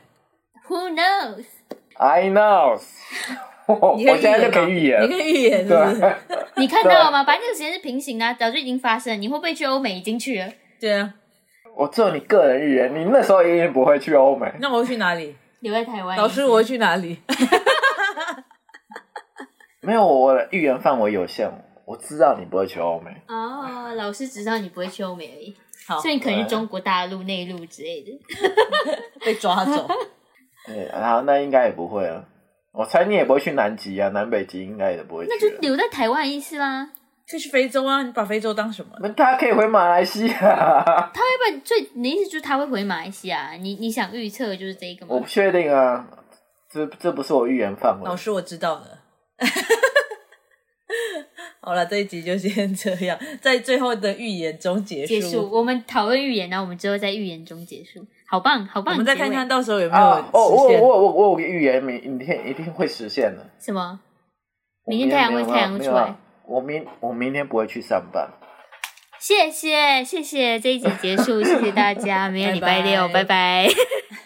Speaker 1: Who knows？
Speaker 4: I know，我
Speaker 3: 你可以
Speaker 4: 我现在就可以预言
Speaker 3: 你，可以预言是不是？
Speaker 4: 对，啊
Speaker 1: 你看到了吗？反正这个时间是平行的啊、早就已经发生了。你会不会去欧美？已经去了
Speaker 3: 对啊，
Speaker 4: 我做你个人预言，你那时候一定不会去欧美。
Speaker 3: 那我会去哪里？
Speaker 1: 留在台湾。
Speaker 3: 老师，我会去
Speaker 4: [laughs]
Speaker 3: 哪里？
Speaker 4: 没有，我的预言范围有限，我知道你不会去欧美。
Speaker 1: 哦，老师只知道你不会去欧美而已，
Speaker 3: 好
Speaker 1: 所，以你可能是中国大陆、内陆之类的。
Speaker 3: 被抓走。
Speaker 4: 对，然后那应该也不会了。我猜你也不会去南极啊，南北极应该也不会去啊
Speaker 1: 那就
Speaker 4: 了。
Speaker 1: 留在台湾的意思啦。
Speaker 3: 可以去非洲啊！你把非洲当什么？
Speaker 4: 那他可以回马来西亚，
Speaker 1: 他要不然最你的意思就是他会回马来西亚？你你想预测就是这个
Speaker 4: 我
Speaker 1: 吗
Speaker 4: 不？确定啊，这这不是我预言范围
Speaker 3: 老。师，我知道了。 [laughs] 好了，这一集就先这样，在最后的预言中结束。
Speaker 1: 结束，我们讨论预言，然后我们之后在预言中结束。好棒，好
Speaker 3: 我
Speaker 1: 棒！
Speaker 3: 们再
Speaker 1: 结尾
Speaker 3: 看看到时候有没有
Speaker 4: 啊！哦，
Speaker 3: 实
Speaker 4: 我
Speaker 3: 现。
Speaker 4: 我我我有个预言，明明天一定会实现的。
Speaker 1: 什么？
Speaker 4: 我
Speaker 1: 明天太阳会
Speaker 4: 没有
Speaker 1: 太阳会
Speaker 4: 没有
Speaker 1: 出来
Speaker 4: 啊我明我明天不会去上班。
Speaker 1: [laughs] 谢谢谢谢，这一集结束，谢谢大家，明天礼拜六，
Speaker 3: 拜拜
Speaker 1: 拜拜